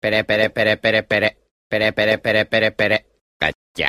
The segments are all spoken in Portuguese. Peré, peré, peré, peré, peré. Peré, peré, peré, peré, peré. Catia.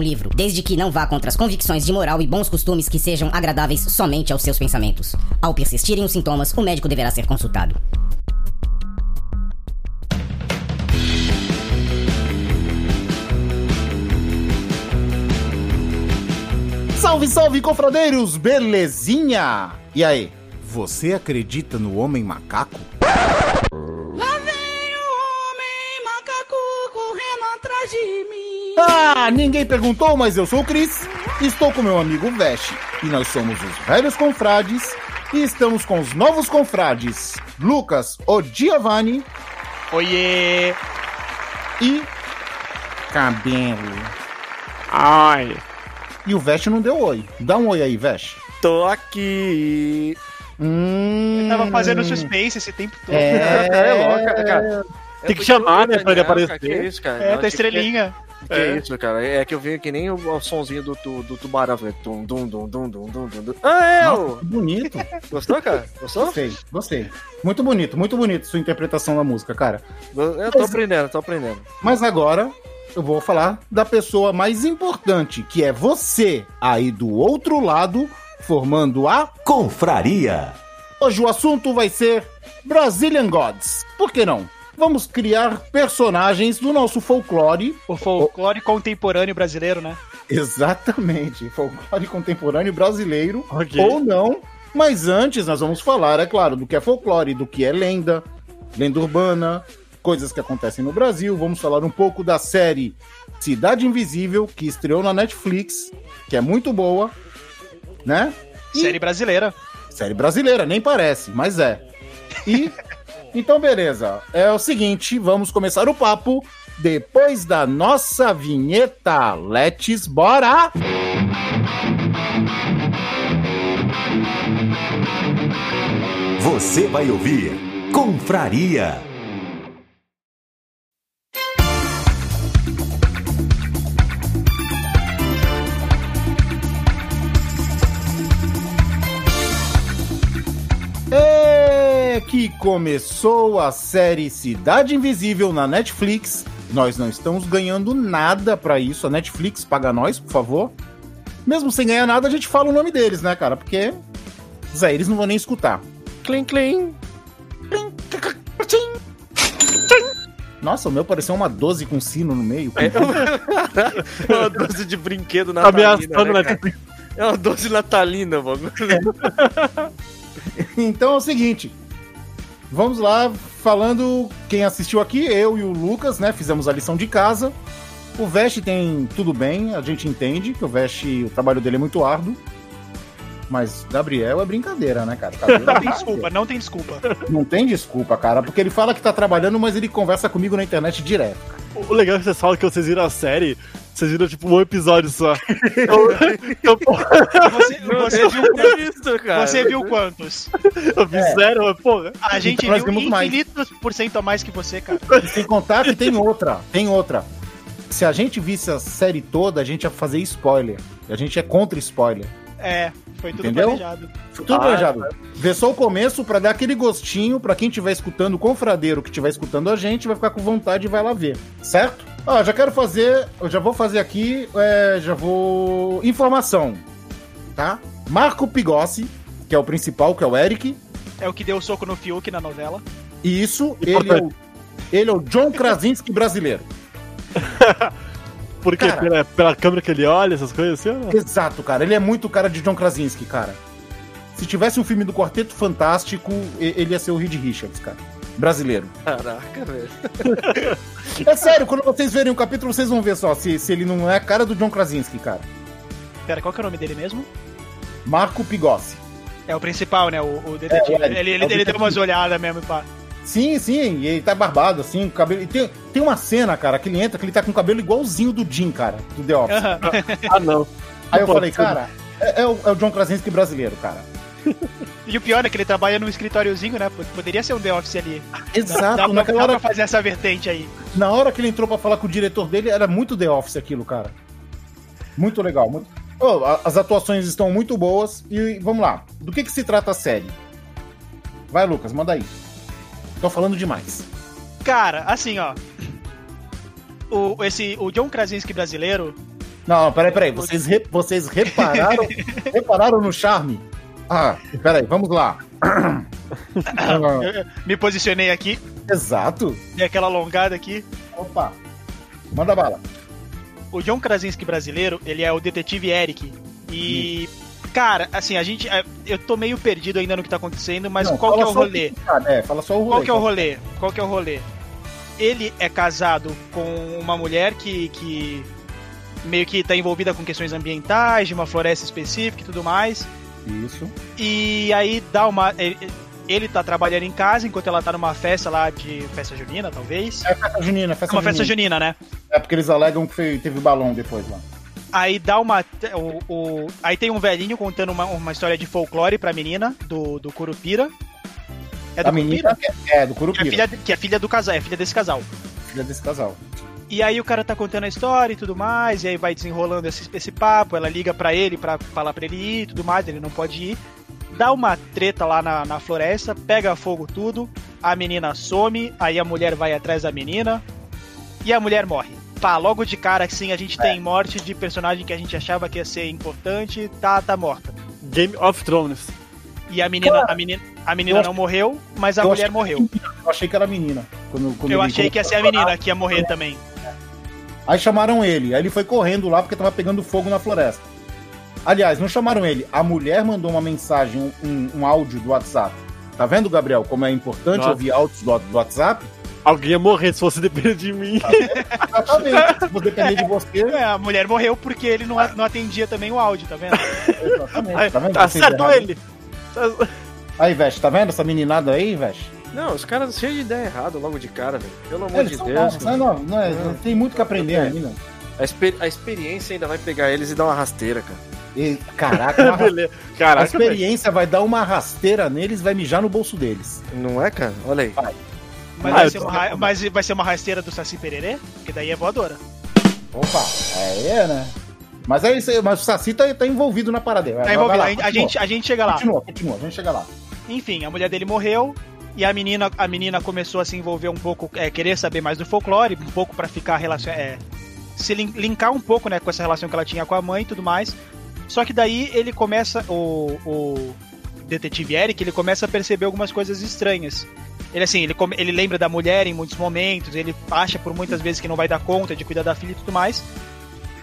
livro, desde que não vá contra as convicções de moral e bons costumes que sejam agradáveis somente aos seus pensamentos. Ao persistirem os sintomas, o médico deverá ser consultado. Salve, salve, confradeiros! Belezinha? E aí, você acredita no homem macaco? Lá vem o homem macaco correndo atrás de mim. Ah, ninguém perguntou, mas eu sou o Cris. Estou com meu amigo Veste e nós somos os velhos confrades e estamos com os novos confrades, Lucas, o Giovanni Oiê! e Cabelo. Ai! E o Veste não deu oi. Dá um oi aí, Veste. Tô aqui! Hum, Tava fazendo suspense esse tempo todo. É, Cara, é louca, cara. Tem que chamar, né, pra ele aparecer. Que isso, cara? É, Não, tá tinha que ter- estrelinha. Que É. isso, cara? É que eu venho que nem o, o sonzinho do, tu- do tubarão. velho. Tum, dum, dum, dum, dum, dum, dum, dum. Ah, é! Nossa, ô! que bonito. Gostou, cara? Gostou? Gostei, gostei. Muito bonito, muito bonito sua interpretação da música, cara. Eu tô aprendendo, tô aprendendo. Mas agora eu vou falar da pessoa mais importante, que é você, aí do outro lado, formando a. Confraria. Hoje o assunto vai ser Brazilian Gods. Por que não? Vamos criar personagens do nosso folclore. O folclore contemporâneo brasileiro, né? Exatamente, folclore contemporâneo brasileiro. Ok. Ou não. Mas antes nós vamos falar, é claro, do que é folclore, do que é lenda, lenda urbana, coisas que acontecem no Brasil. Vamos falar um pouco da série Cidade Invisível, que estreou na Netflix, que é muito boa, né? E- Série brasileira. Série brasileira, nem parece, mas é. E. Então, beleza. É o seguinte, vamos começar o papo depois da nossa vinheta. Let's bora! Você vai ouvir Confraria. É que começou a série Cidade Invisível na Netflix. Nós não estamos ganhando nada pra isso. A Netflix paga nós, por favor. Mesmo sem ganhar nada, a gente fala o nome deles, né, cara? Porque Zé, eles não vão nem escutar. Clim, clim. Nossa, o meu pareceu uma 12 com sino no meio. É uma doce de brinquedo Tá natalina, ameaçando, né, né? cara? É uma doce natalina, mano. Então é o seguinte. Vamos lá, falando quem assistiu aqui, eu e o Lucas, né? Fizemos a lição de casa. O Vest tem tudo bem, a gente entende que o Vest, o trabalho dele é muito árduo. Mas Gabriel é brincadeira, né, cara? Gabriel é Não tem brincadeira. desculpa, né? não tem desculpa. Não tem desculpa, cara, porque ele fala que tá trabalhando, mas ele conversa comigo na internet direto. O legal é que vocês falam que vocês viram a série, vocês viram tipo um episódio só. Eu, eu, pô, Você, você viu, É isso, cara. você viu quantos? eu vi zero, mas porra. A gente Nós viu vimos mais. infinitos por cento a mais que você, cara. Sem contar que tem outra, tem outra. Se a gente visse a série toda, a gente ia fazer spoiler. A gente é contra spoiler. É, foi tudo Entendeu? planejado. Tudo planejado. Vê só o começo pra dar aquele gostinho pra quem estiver escutando, o confradeiro que estiver escutando a gente, vai ficar com vontade e vai lá ver, certo? Ah, já quero fazer, eu já vou fazer aqui, é, já vou. Informação, tá? Marco Pigossi, que é o principal, que é o Eric, É o que deu o soco no Fiuk na novela. e isso, ele é, o, ele é o John Krasinski brasileiro. Por quê? Cara. Pela, pela câmera que ele olha, essas coisas assim, né? Exato, cara, ele é muito o cara de John Krasinski, cara. Se tivesse um filme do Quarteto Fantástico, e- ele ia ser o Reed Richards, cara. Brasileiro. Caraca, velho. É sério, quando vocês verem o capítulo, vocês vão ver só se, se ele não é a cara do John Krasinski, cara. Pera, qual que é o nome dele mesmo? Marco Pigossi. É o principal, né? O, o detetive. É, o Ed. ele ele, É o ele deu detetive. umas olhadas mesmo, pá. Sim, sim, e ele tá barbado, assim, com o cabelo. E tem, tem uma cena, cara, que ele entra, que ele tá com o cabelo igualzinho do Jim, cara, do The Office. Aham. Ah, não. Aí eu Pô, falei, tudo. cara, é, é o, é o John Krasinski brasileiro, cara. E o pior é que ele trabalha num escritóriozinho, né? P- Poderia ser um The Office ali. Exato, dá, pra, naquela dá hora, pra fazer essa vertente aí. na hora que ele entrou pra falar com o diretor dele, era muito The Office aquilo, cara. Muito legal, muito. Ô, a- as atuações estão muito boas e vamos lá. Do que que se trata a série? Vai, Lucas, manda aí. Tô falando demais. Cara, assim, ó. O, esse, o John Krasinski brasileiro, Não, não, peraí, peraí. Vocês, re- vocês repararam, repararam no charme? Ah, peraí, vamos lá. Ah, eu- eu me posicionei aqui, exato. dei aquela alongada aqui. Opa, manda bala. O John Krasinski brasileiro, ele é o detetive Eric. E. Cara, assim, a gente. a- Eu tô meio perdido ainda no que tá acontecendo, mas Não, qual que fala é o só rolê? que- cara, é, fala só o rolê. Qual que é o rolê? Qual que é o rolê? Ele é casado com uma mulher que, que meio que tá envolvida com questões ambientais, de uma floresta específica e tudo mais. Isso. E aí dá uma. Ele, ele tá trabalhando em casa enquanto ela tá numa festa lá de. festa junina, talvez. É a festa junina, festa É uma festa junina. junina, né? É porque eles alegam que foi- teve balão depois lá. Aí dá uma. O, o- aí tem um velhinho contando uma, uma história de folclore pra menina, do, do Curupira. É a do menina é, é, do Curupira? Curupira, Que é, filha, de- que é filha do casal, é filha desse casal. filha desse casal. E aí o cara tá contando a história e tudo mais, e aí vai desenrolando esse, esse papo, ela liga pra ele pra falar pra ele ir e tudo mais, ele não pode ir. Dá uma treta lá na, na floresta, pega fogo tudo, a menina some, aí a mulher vai atrás da menina e a mulher morre. Pá, logo de cara assim a gente É. tem morte de personagem que a gente achava que ia ser importante, tá, tá morta. Game of Thrones. E a menina, a menina, a menina eu não morreu, mas a eu mulher achei- morreu. Eu achei que era menina. Quando, quando Eu ele- achei que ia ser a menina que ia morrer também. Aí chamaram ele, aí ele foi correndo lá porque tava pegando fogo na floresta. Aliás, não chamaram ele, a mulher mandou uma mensagem, um, um áudio do WhatsApp. Tá vendo, Gabriel, como é importante Nossa. ouvir áudios do, do WhatsApp? Alguém ia morrer se fosse depender de mim. Exatamente. Se for depender de você, É, a mulher morreu porque ele não, não atendia também o áudio, tá vendo? exatamente. Tá vendo? tá Vocês certo erraram. ele. Tá- Aí, Veste, tá vendo essa meninada aí, Veste? Não, os caras cheios de ideia errada logo de cara, velho. Pelo amor Eles de são Deus. novos, né? Tá mano. Não, não, é, não tem muito o que aprender ainda. A, exper- a experiência ainda vai pegar eles e dar uma rasteira, cara. E, caraca, uma Beleza. A Caraca, velho. experiência vai dar uma rasteira neles, vai mijar no bolso deles. Não é, cara? Olha aí. Mas, Ah, vai, eu ser tô uma, ra- mas vai ser uma rasteira do Saci Pererê, que daí é voadora. Opa, é, é, né? Mas é isso aí, mas o Saci tá, tá envolvido na parada. aí. Vai- Tá vai envolvido. lá, a, gente- a continua. gente, a gente chega lá. Continua, continua, vamos chegar lá. Enfim, a mulher dele morreu e a menina, a menina começou a se envolver um pouco, é, querer saber mais do folclore, um pouco pra ficar relacion, é, se lin- linkar um pouco, né, com essa relação que ela tinha com a mãe e tudo mais. Só que daí ele começa o, o detetive Eric, ele começa a perceber algumas coisas estranhas. Ele assim, ele, come- ele lembra da mulher em muitos momentos, ele acha por muitas vezes que não vai dar conta de cuidar da filha e tudo mais.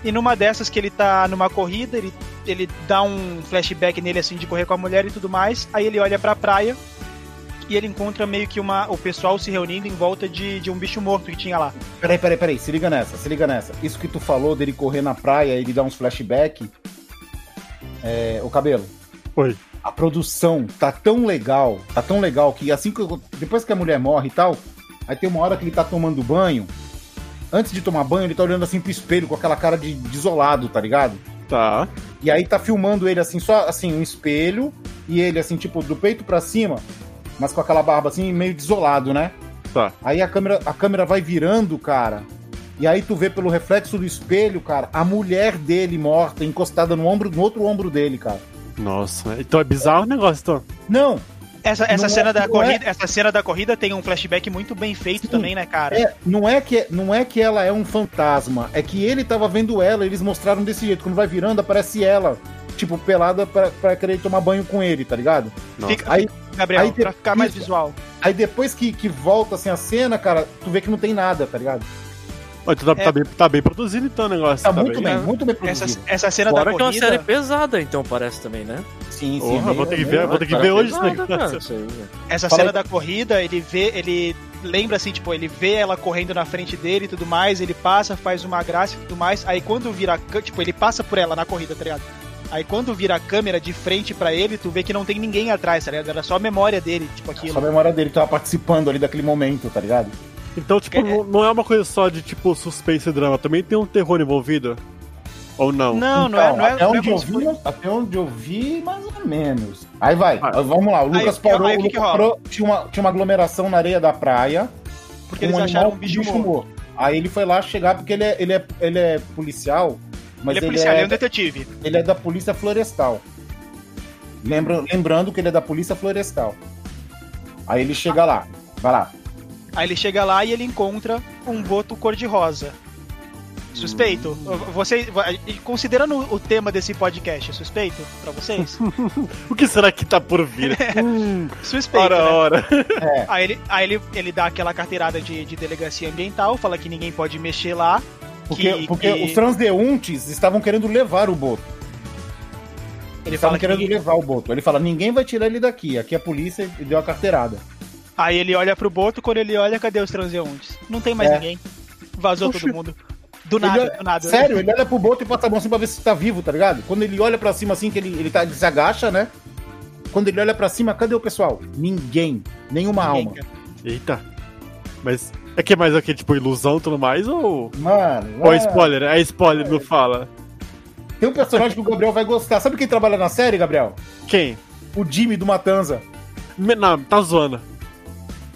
E numa dessas que ele tá numa corrida, ele ele dá um flashback nele assim de correr com a mulher e tudo mais. Aí ele olha pra praia e ele encontra meio que uma o pessoal se reunindo em volta de, de um bicho morto que tinha lá. Peraí, peraí, peraí, se liga nessa, se liga nessa. Isso que tu falou dele correr na praia, ele dar uns flashback. É, o cabelo. Oi. A produção tá tão legal, tá tão legal que assim que eu- depois que a mulher morre e tal, aí tem uma hora que ele tá tomando banho. Antes de tomar banho, ele tá olhando assim pro espelho com aquela cara de desolado, tá ligado? Tá. E aí tá filmando ele assim, só assim, um espelho, e ele assim, tipo, do peito pra cima, mas com aquela barba assim, meio desolado, né? Tá. Aí a câmera, a câmera vai virando, cara. E aí tu vê pelo reflexo do espelho, cara, a mulher dele morta, encostada no ombro, no outro ombro dele, cara. Nossa, então é bizarro o negócio, então. Não, Essa, essa Não é- cena da não corrida, essa cena da corrida tem um flashback muito bem feito Sim. também, né, cara? é, não é que não é que ela é um fantasma, é que ele tava vendo ela, eles mostraram desse jeito, quando vai virando aparece ela, tipo pelada pra, pra querer tomar banho com ele, tá ligado? Fica, Aí Gabriel, aí pra ficar mais isso. visual. Aí depois que, que volta assim a cena, cara, tu vê que não tem nada, tá ligado? Ó, então tá, É. tá bem, tá bem produzido, então, o negócio. Tá, muito bem, bem. muito bem Essa, produzido. essa cena Fora da que é uma corrida. série pesada, então, parece também, né? Sim, Porra, vou ter que ver, É, vou ter que cara, ver hoje esse Pesada, negócio. cara. Isso aí, velho. Essa Fala cena aí. da corrida, ele vê, ele lembra assim, tipo, ele vê ela correndo na frente dele e tudo mais, ele passa, faz uma graça e tudo mais. Aí quando vira, a câ- tipo, ele passa por ela na corrida, tá ligado? Aí quando vira a câmera de frente pra ele, tu vê que não tem ninguém atrás, tá ligado? Era só a memória dele, Só tipo a aquilo. memória dele tava participando ali daquele momento, tá ligado? Então, tipo, É. não- não é uma coisa só de, tipo, suspense e drama. Também tem um terror envolvido? Ou não? Não, não é, Então, não é, até, não é onde eu como se vi, fosse- Ah. até onde eu vi, mais ou menos. Aí vai, aí vamos lá. O Aí, Lucas aí, parou, aí, o o que que Lucas rola? parou, tinha, uma, tinha uma aglomeração na areia da praia. porque eles acharam um bicho morto. Aí ele foi lá chegar, porque ele é, ele é, ele é policial, mas Ele é ele, policial, ele é um é, detetive. ele é da polícia florestal. Lembra, lembrando que ele é da polícia florestal. Aí ele chega lá, vai lá. Aí ele chega lá e ele encontra um boto cor-de-rosa. Suspeito. Hum. Você, e considerando o tema desse podcast, é suspeito pra vocês? O que será que tá por vir? Hum, Suspeito. Ora, né? ora. Aí, ele, aí ele, ele dá aquela carteirada de, de delegacia ambiental, fala que ninguém pode mexer lá. Porque, que- porque que- os transeuntes estavam querendo levar o Boto. Eles ele estavam fala que querendo ninguém- levar o Boto. Ele fala, ninguém vai tirar ele daqui. Aqui é a polícia e deu a carteirada. Aí ele olha pro Boto, quando ele olha, cadê os transeuntes? Não tem mais É. ninguém. Vazou todo mundo. Do Ele nada, olha- do nada. Sério, ele olha pro Boto e passa a mão assim pra ver se tá vivo, tá ligado? Quando ele olha pra cima assim, que ele, ele, tá, ele se agacha, né? Quando ele olha pra cima, cadê o pessoal? Ninguém. Nenhuma Ninguém, alma. cara. Eita. Mas é que é mais o que? Tipo, ilusão e tudo mais? Ou. Mano, Ou é é- spoiler? É spoiler, não fala. tem um personagem que o Gabriel vai gostar. Sabe quem trabalha na série, Gabriel? Quem? O Jimmy do Matanza. Me- Não, tá zoando.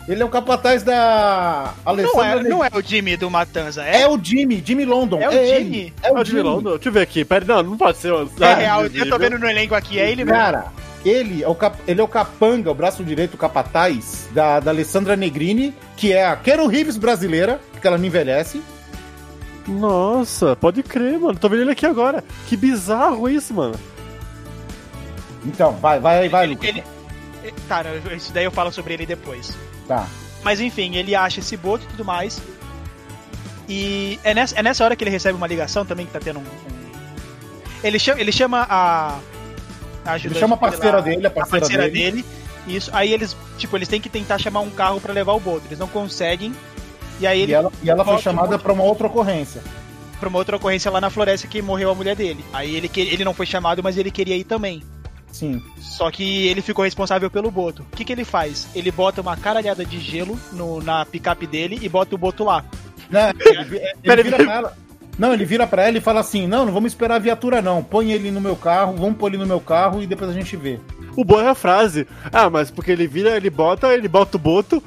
Ele é o capataz da Não é, Alessandra. não é o Jimmy do Matanza, é... é, o Jimmy, Jimmy London. É o ele. Jimmy? É É o o de Jimmy. vilão? Deixa eu ver aqui. Pera, não, não pode ser. é real. Eu tô vendo no elenco aqui, é Ah, ele mesmo. Cara, ele é, o cap... ele é o capanga, o braço direito, o capataz da, da Alessandra Negrini, que é a Quero Reeves brasileira, porque ela não envelhece. Nossa, pode crer, mano. Tô vendo ele aqui agora. Que bizarro isso, mano. Então, vai, vai, vai, Lucas. Ele- é, Cara, isso daí eu falo sobre ele depois. Tá. Mas enfim, ele acha esse boto e tudo mais. E é nessa, é nessa hora que ele recebe uma ligação também, que tá tendo um. um- Ele, chama, ele chama a. a Ele ajudante chama a parceira dele lá- dele, a a parceira, parceira dele. dele. Isso. Aí eles, tipo, eles têm que tentar chamar um carro pra levar o boto. Eles não conseguem. E aí ele e ela, e ela foi volta um chamada pra um uma outra ocorrência. pra uma outra ocorrência lá na floresta que morreu a mulher dele. Aí ele, que- ele não foi chamado, mas ele queria ir também. Sim. Só que ele ficou responsável pelo boto. O que, que ele faz? Ele bota uma caralhada de gelo no- na picape dele e bota o boto lá. Né? Ele, vi- ele Peraí, vira pra ela. Não, ele vira pra ela e fala assim: Não, não vamos esperar a viatura, não. Põe ele no meu carro, vamos pôr ele no meu carro e depois a gente vê. O bom é a frase. Ah, mas porque ele vira, ele bota, ele bota o boto.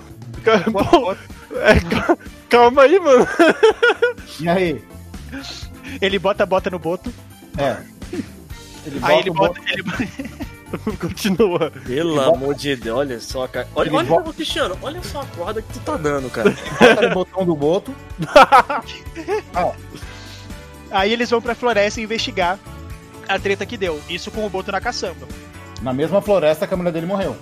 Bom, é, ca- calma aí, mano. E aí? Ele bota a bota no boto. É. Ele aí ele o bota. Ele... Continua. Pelo amor de Deus, olha só, cara. Olha, Ele olha volta- Cristiano, olha só a corda que tu tá dando, cara. bota o botão do boto. Aí eles vão pra floresta investigar a treta que deu. Isso com o boto na caçamba. Na mesma floresta que a mulher dele morreu.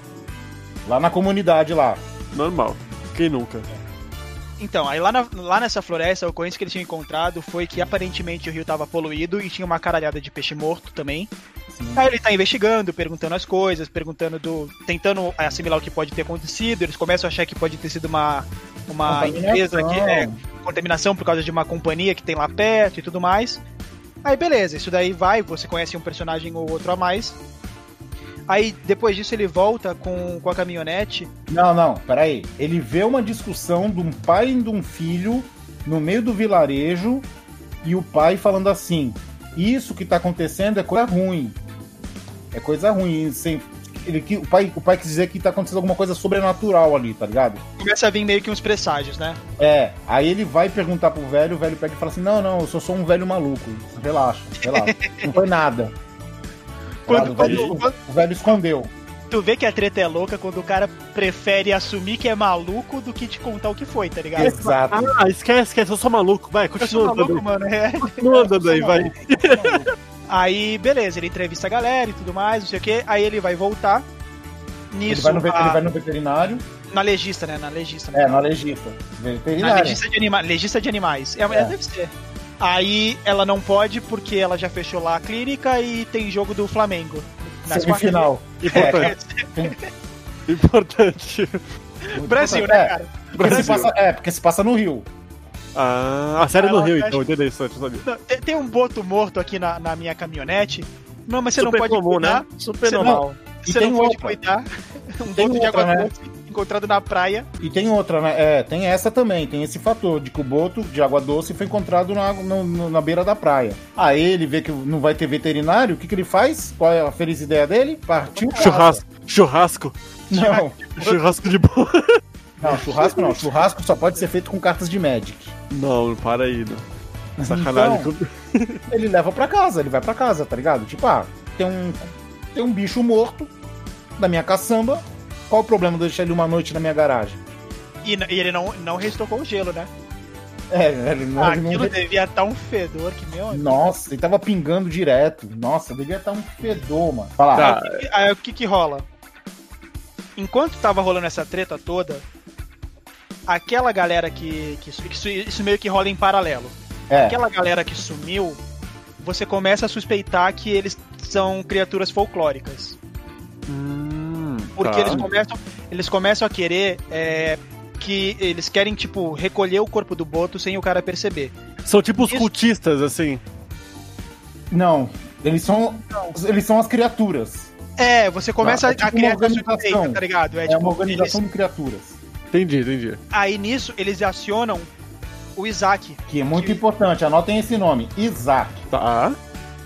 Lá na comunidade lá. Normal. Quem nunca? Então, aí lá, na- lá nessa floresta, a ocorrência que eles tinham encontrado foi que aparentemente o rio tava poluído e tinha uma caralhada de peixe morto também. Aí ele tá investigando, perguntando as coisas, perguntando do. tentando assimilar o que pode ter acontecido. Eles começam a achar que pode ter sido uma, tá uma empresa que é contaminação por causa de uma companhia que tem lá perto e tudo mais. Aí beleza, isso daí vai, você conhece um personagem ou outro a mais. Aí depois disso ele volta com, com a caminhonete. Não, não, peraí. Ele vê uma discussão de um pai e de um filho no meio do vilarejo e o pai falando assim: Isso que tá acontecendo é coisa ruim. É coisa ruim. Sem... Ele, que- o, pai, o pai quis dizer que tá acontecendo alguma coisa sobrenatural ali, tá ligado? Começa a vir meio que uns presságios, né? É, aí ele vai perguntar pro velho, o velho pega e fala assim: Não, não, eu sou só um velho maluco. Relaxa, relaxa. Não foi nada. Quando- o, velho, o velho escondeu. Tu vê que a treta é louca quando o cara prefere assumir que é maluco do que te contar o que foi, tá ligado? Exato. Ah, esquece, esquece. Eu sou maluco. Vai, Eu sou continua andando. né? maluco, mano. é. Continua andando aí, vai. Aí, beleza, ele entrevista a galera e tudo mais, não sei o que. Aí ele vai voltar. Ele Nisso, vai, no, ve- ele a- vai no veterinário. na legista, né? Na legista. né? É, na legista. Na Veterinário. legista de, anima... legista de animais. É, É. Deve ser. Aí ela não pode porque ela já fechou lá a clínica e tem jogo do Flamengo. É, Nas Semifinal. Importante. quartas- É. Importante. Brasil, né, cara? É, porque se passa, é, porque se passa no Rio. Ah, a série Ah, no ela Rio, fecha- então. Interessante, sabe? Não, Tem, tem um boto morto aqui na, na minha caminhonete Não, mas você Super não pode comum, cuidar. né? Super Você não- normal. E Você tem não pode outra. cuidar. Um Tem boto de água outra, né? doce encontrado na praia. E tem outra, né? É, tem essa também, tem esse fator de que o boto de água doce foi encontrado na, no- no- na beira da praia. Aí ele vê que não vai ter veterinário, o que, que ele faz? Qual é a feliz ideia dele? Partiu casa. Churrasco. Churrasco. Não, Churrasco de boa. não, churrasco não. Churrasco só pode ser feito com cartas de Magic. Não, para aí, não. Sacanagem. Então, ele leva pra casa, ele vai pra casa, tá ligado? Tipo, ah, tem um, tem um bicho morto da minha caçamba. Qual o problema de eu deixar ele uma noite na minha garagem? E, n- e ele não, não restocou o gelo, né? É, ele não, ele não Aquilo devia estar um fedor que, meu amigo. Nossa, ele tava pingando direto. Nossa, devia estar um fedor, mano. Fala. Tá. E Aí o que que rola? Enquanto tava rolando essa treta toda, aquela galera que. que su- que su- isso meio que rola em paralelo. É. Aquela galera que sumiu, você começa a suspeitar que eles são criaturas folclóricas. Hum, tá. Porque Tá. eles começam. Eles começam a querer. é, que eles querem, tipo, recolher o corpo do Boto sem o cara perceber. São tipo os Isso- cultistas, assim. Não, eles são, eles são as criaturas. É, você começa Ah, é a- tipo a criar uma essa suspeita, organização. tá ligado? É, tipo, uma organização eles- de criaturas. Entendi, entendi. aí nisso, eles acionam o Isaac, Que é muito Que- importante, anotem esse nome: Isaac. Tá.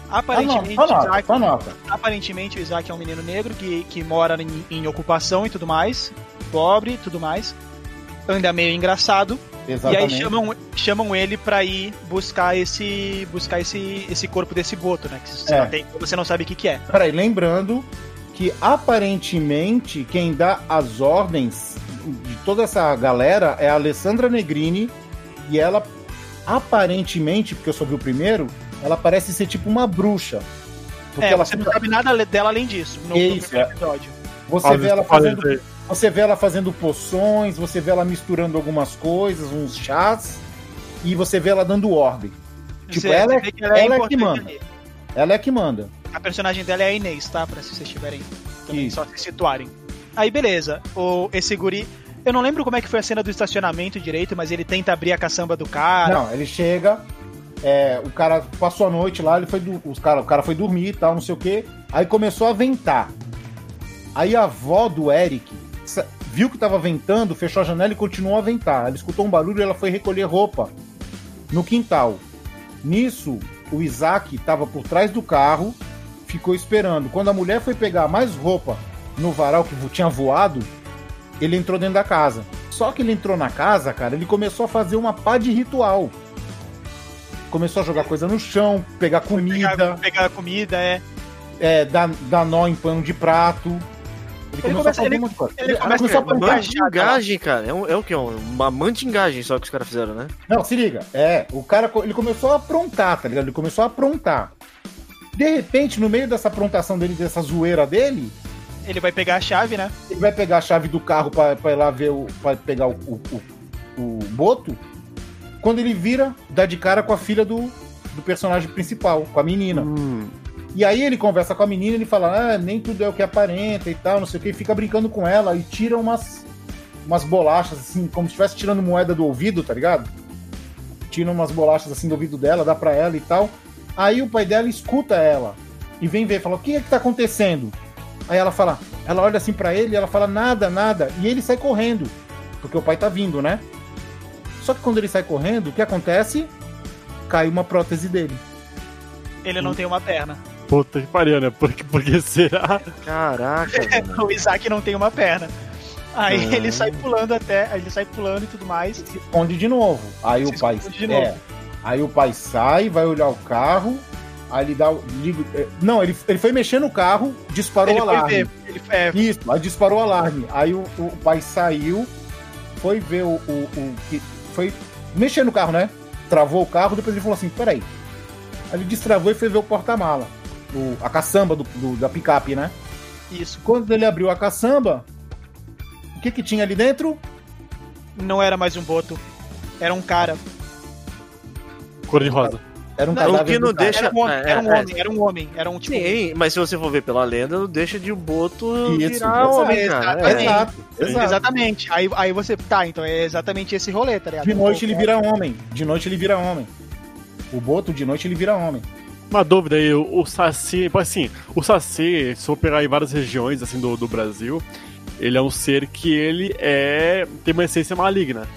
Aparentemente, Anota, anota, Isaac, só anota. aparentemente o Isaac é um menino negro que, que mora em, em ocupação e tudo mais, pobre e tudo mais. Anda meio engraçado. E aí Exatamente. chamam, chamam ele pra ir buscar esse. buscar esse, esse corpo desse boto, né? Que você, É. não tem- você não sabe o que, que é. Peraí, lembrando que aparentemente quem dá as ordens de toda essa galera é a Alessandra Negrini e ela aparentemente, porque eu só vi o primeiro, ela parece ser tipo uma bruxa. Porque É, ela você não tá sabe nada le- dela além disso no, no Isso, é. primeiro episódio. você vê ela Olha tá fazendo, isso aí. você vê ela fazendo poções, você vê ela misturando algumas coisas, uns chás, e você vê ela dando ordem. Tipo, Você- ela você é- vê que ela é que importante manda. ali. Ela é que manda. A personagem dela é a Inês, tá? Pra se vocês tiverem também, Isso. só se situarem. Aí beleza, o, esse guri. Eu não lembro como é que foi a cena do estacionamento direito, mas ele tenta abrir a caçamba do cara. Não, ele chega, é, o cara passou a noite lá, ele foi du- os cara, o cara foi dormir e tal, não sei o quê. Aí começou a ventar. Aí a avó do Eric sa- viu que tava ventando, fechou a janela e continuou a ventar. Ela escutou um barulho e ela foi recolher roupa no quintal. Nisso, o Isaac tava por trás do carro, ficou esperando. Quando a mulher foi pegar mais roupa no varal que vo- tinha voado, ele entrou dentro da casa. Só que ele entrou na casa, cara, ele começou a fazer uma pá de ritual. Começou a jogar coisa no chão, pegar pegar, comida, pegar comida, é. é, dar, dar nó em pano de prato. Ele, começou a começa- fazer ele- um monte de coisa. ele Ela começa começou a- a plantar. Mandingagem, cara. É, um- é o que? É uma mandingagem só que os caras fizeram, né? Não, se liga. É, o cara, co- ele começou a aprontar, tá ligado? Ele começou a aprontar. De repente, no meio dessa aprontação dele, dessa zoeira dele, Ele vai pegar a chave, né? ele vai pegar a chave do carro pra, pra ir lá ver o, pra pegar o, o, o- o boto. Quando ele vira, dá de cara com a filha do, do personagem principal, com a menina. E aí ele conversa com a menina, ele fala, ah, nem tudo é o que aparenta e tal, não sei o que, fica brincando com ela e tira umas, umas bolachas, assim, como se estivesse tirando moeda do ouvido, tá ligado? Tira umas bolachas assim do ouvido dela, dá pra ela e tal. Aí o pai dela escuta ela e vem ver, fala, o que é que tá acontecendo? Aí ela fala, ela olha assim pra ele, ela fala nada, nada, e ele sai correndo, porque o pai tá vindo, né? Só que quando ele sai correndo, o que acontece? Cai uma prótese dele. Ele não tem uma perna. Puta que pariu, né? Por, por que será? Caraca, mano. O Isaac não tem uma perna. Aí ele sai pulando até, aí ele sai pulando e tudo mais. se esconde de novo. Aí Se o pai esconde de é. novo. aí o pai sai, vai olhar o carro, aí ele dá o liga- é, não, ele, ele foi mexer no carro, disparou Ele o foi alarme. ver. né? Ele, é, Isso, aí disparou o alarme. Aí o, o pai saiu, foi ver o, o, o que foi mexer no carro, né? Travou o carro, depois ele falou assim: peraí. Aí ele destravou e foi ver o porta-mala, o- a caçamba do- do, da picape, né? isso. Quando ele abriu a caçamba, o que que tinha ali dentro? Não era mais um boto. Era um cara. Cor de rosa. Era um Não, cadáver o que do não cara. deixa- Era um homem, É, era um é. homem, era um homem. Era um tipo. Sim, mas se você for ver pela lenda, não deixa de um boto Isso, virar exato, homem, cara. exatamente. É. Exato, Exatamente. exato. Aí, aí você. Tá, então é exatamente esse rolê, tá ligado? De noite ele É. vira homem. De noite ele vira homem. O Boto, de noite ele vira homem. Uma dúvida aí, o, o Saci, assim, o Saci, se for pegar em várias regiões assim do, do Brasil, ele é um ser que ele é. tem uma essência maligna.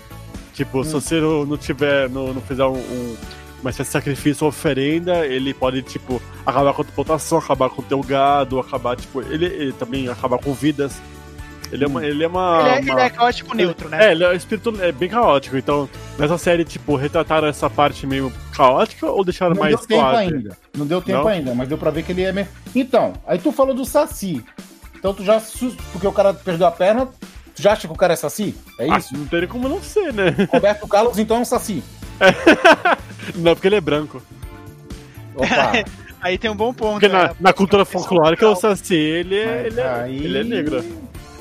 Tipo, Hum. se você não, não tiver. não, não fizer um, um, uma espécie de sacrifício ou oferenda, ele pode, tipo, acabar com a tua plantação, acabar com o teu gado, acabar, tipo, ele, ele também acabar com vidas. Ele é uma. Ele é uma, Ele é, uma- ele é caótico neutro, né? é, ele é um espírito é bem caótico, então nessa série, tipo, retrataram essa parte meio caótica ou deixaram Não mais deu tempo suave? ainda. Não deu tempo Não? ainda, mas deu pra ver que ele é mesmo. Então, aí tu falou do Saci. Então tu já. su- Porque o cara perdeu a perna, tu já acha que o cara é Saci? É Ah, isso? não teria como não ser, né? Roberto Carlos então é um Saci. Não, porque ele é branco. Opa. Aí tem um bom ponto. Porque é, na, na cultura folclórica, o cultural. Saci, ele é, Mas ele é, aí- ele é negro.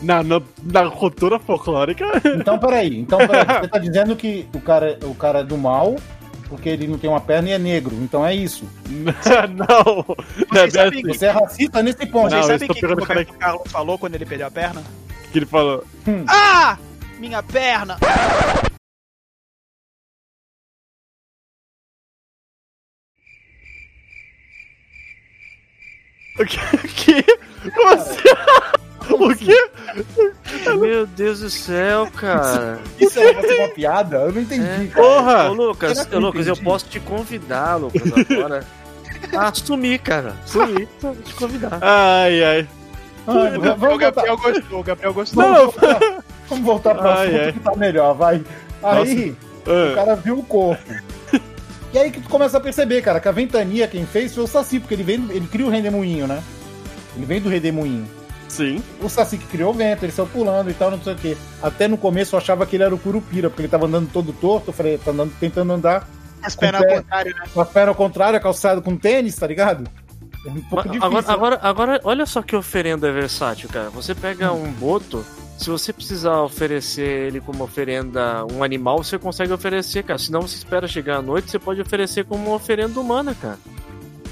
Na, na, na cultura folclórica, Então peraí. Então peraí. Você tá dizendo que o cara, o cara é do mal. Porque ele não tem uma perna e é negro. Então é isso. não. Vocês é sabem bem assim Você é racista nesse ponto. Não, Vocês sabem eu o estou que, que o pegando Roberto Carlos falou quando ele perdeu a perna? assim que ele falou. Ah! Minha perna! O que? O que? Como assim? O quê? Meu Deus do céu, cara. Isso é uma piada? Eu não entendi. É, Porra! Ô, Lucas, Ah, Será que ô, eu Lucas, eu entendi? posso te convidar, Lucas, agora. Ah, sumir, cara. Sumir, pra te convidar. Ai, ai. Ah, v- É, O vamos voltar, Gabriel gostou, o Gabriel gostou. Não, vamos voltar, vamos voltar para Ai, ai. que tá melhor, vai. Aí o Ah, cara viu o corpo. E aí que tu começa a perceber, cara, que a ventania quem fez foi o Saci, porque ele vem, do- ele cria o redemoinho, né? Ele vem do redemoinho. sim. O Saci que criou o vento, ele saiu pulando e tal, não sei o quê. Até no começo eu achava que ele era o Curupira, porque ele tava andando todo torto, eu falei, tá andando, tentando andar As com pernas o ao pé. contrário, né? com a perna ao contrário, é calçado com tênis, tá ligado? É um pouco difícil. Agora, agora, agora, olha só que oferenda versátil, cara. Você pega Hum. um boto, se você precisar oferecer ele como oferenda um animal, você consegue oferecer, cara. Senão você espera chegar à noite, você pode oferecer como uma oferenda humana, cara.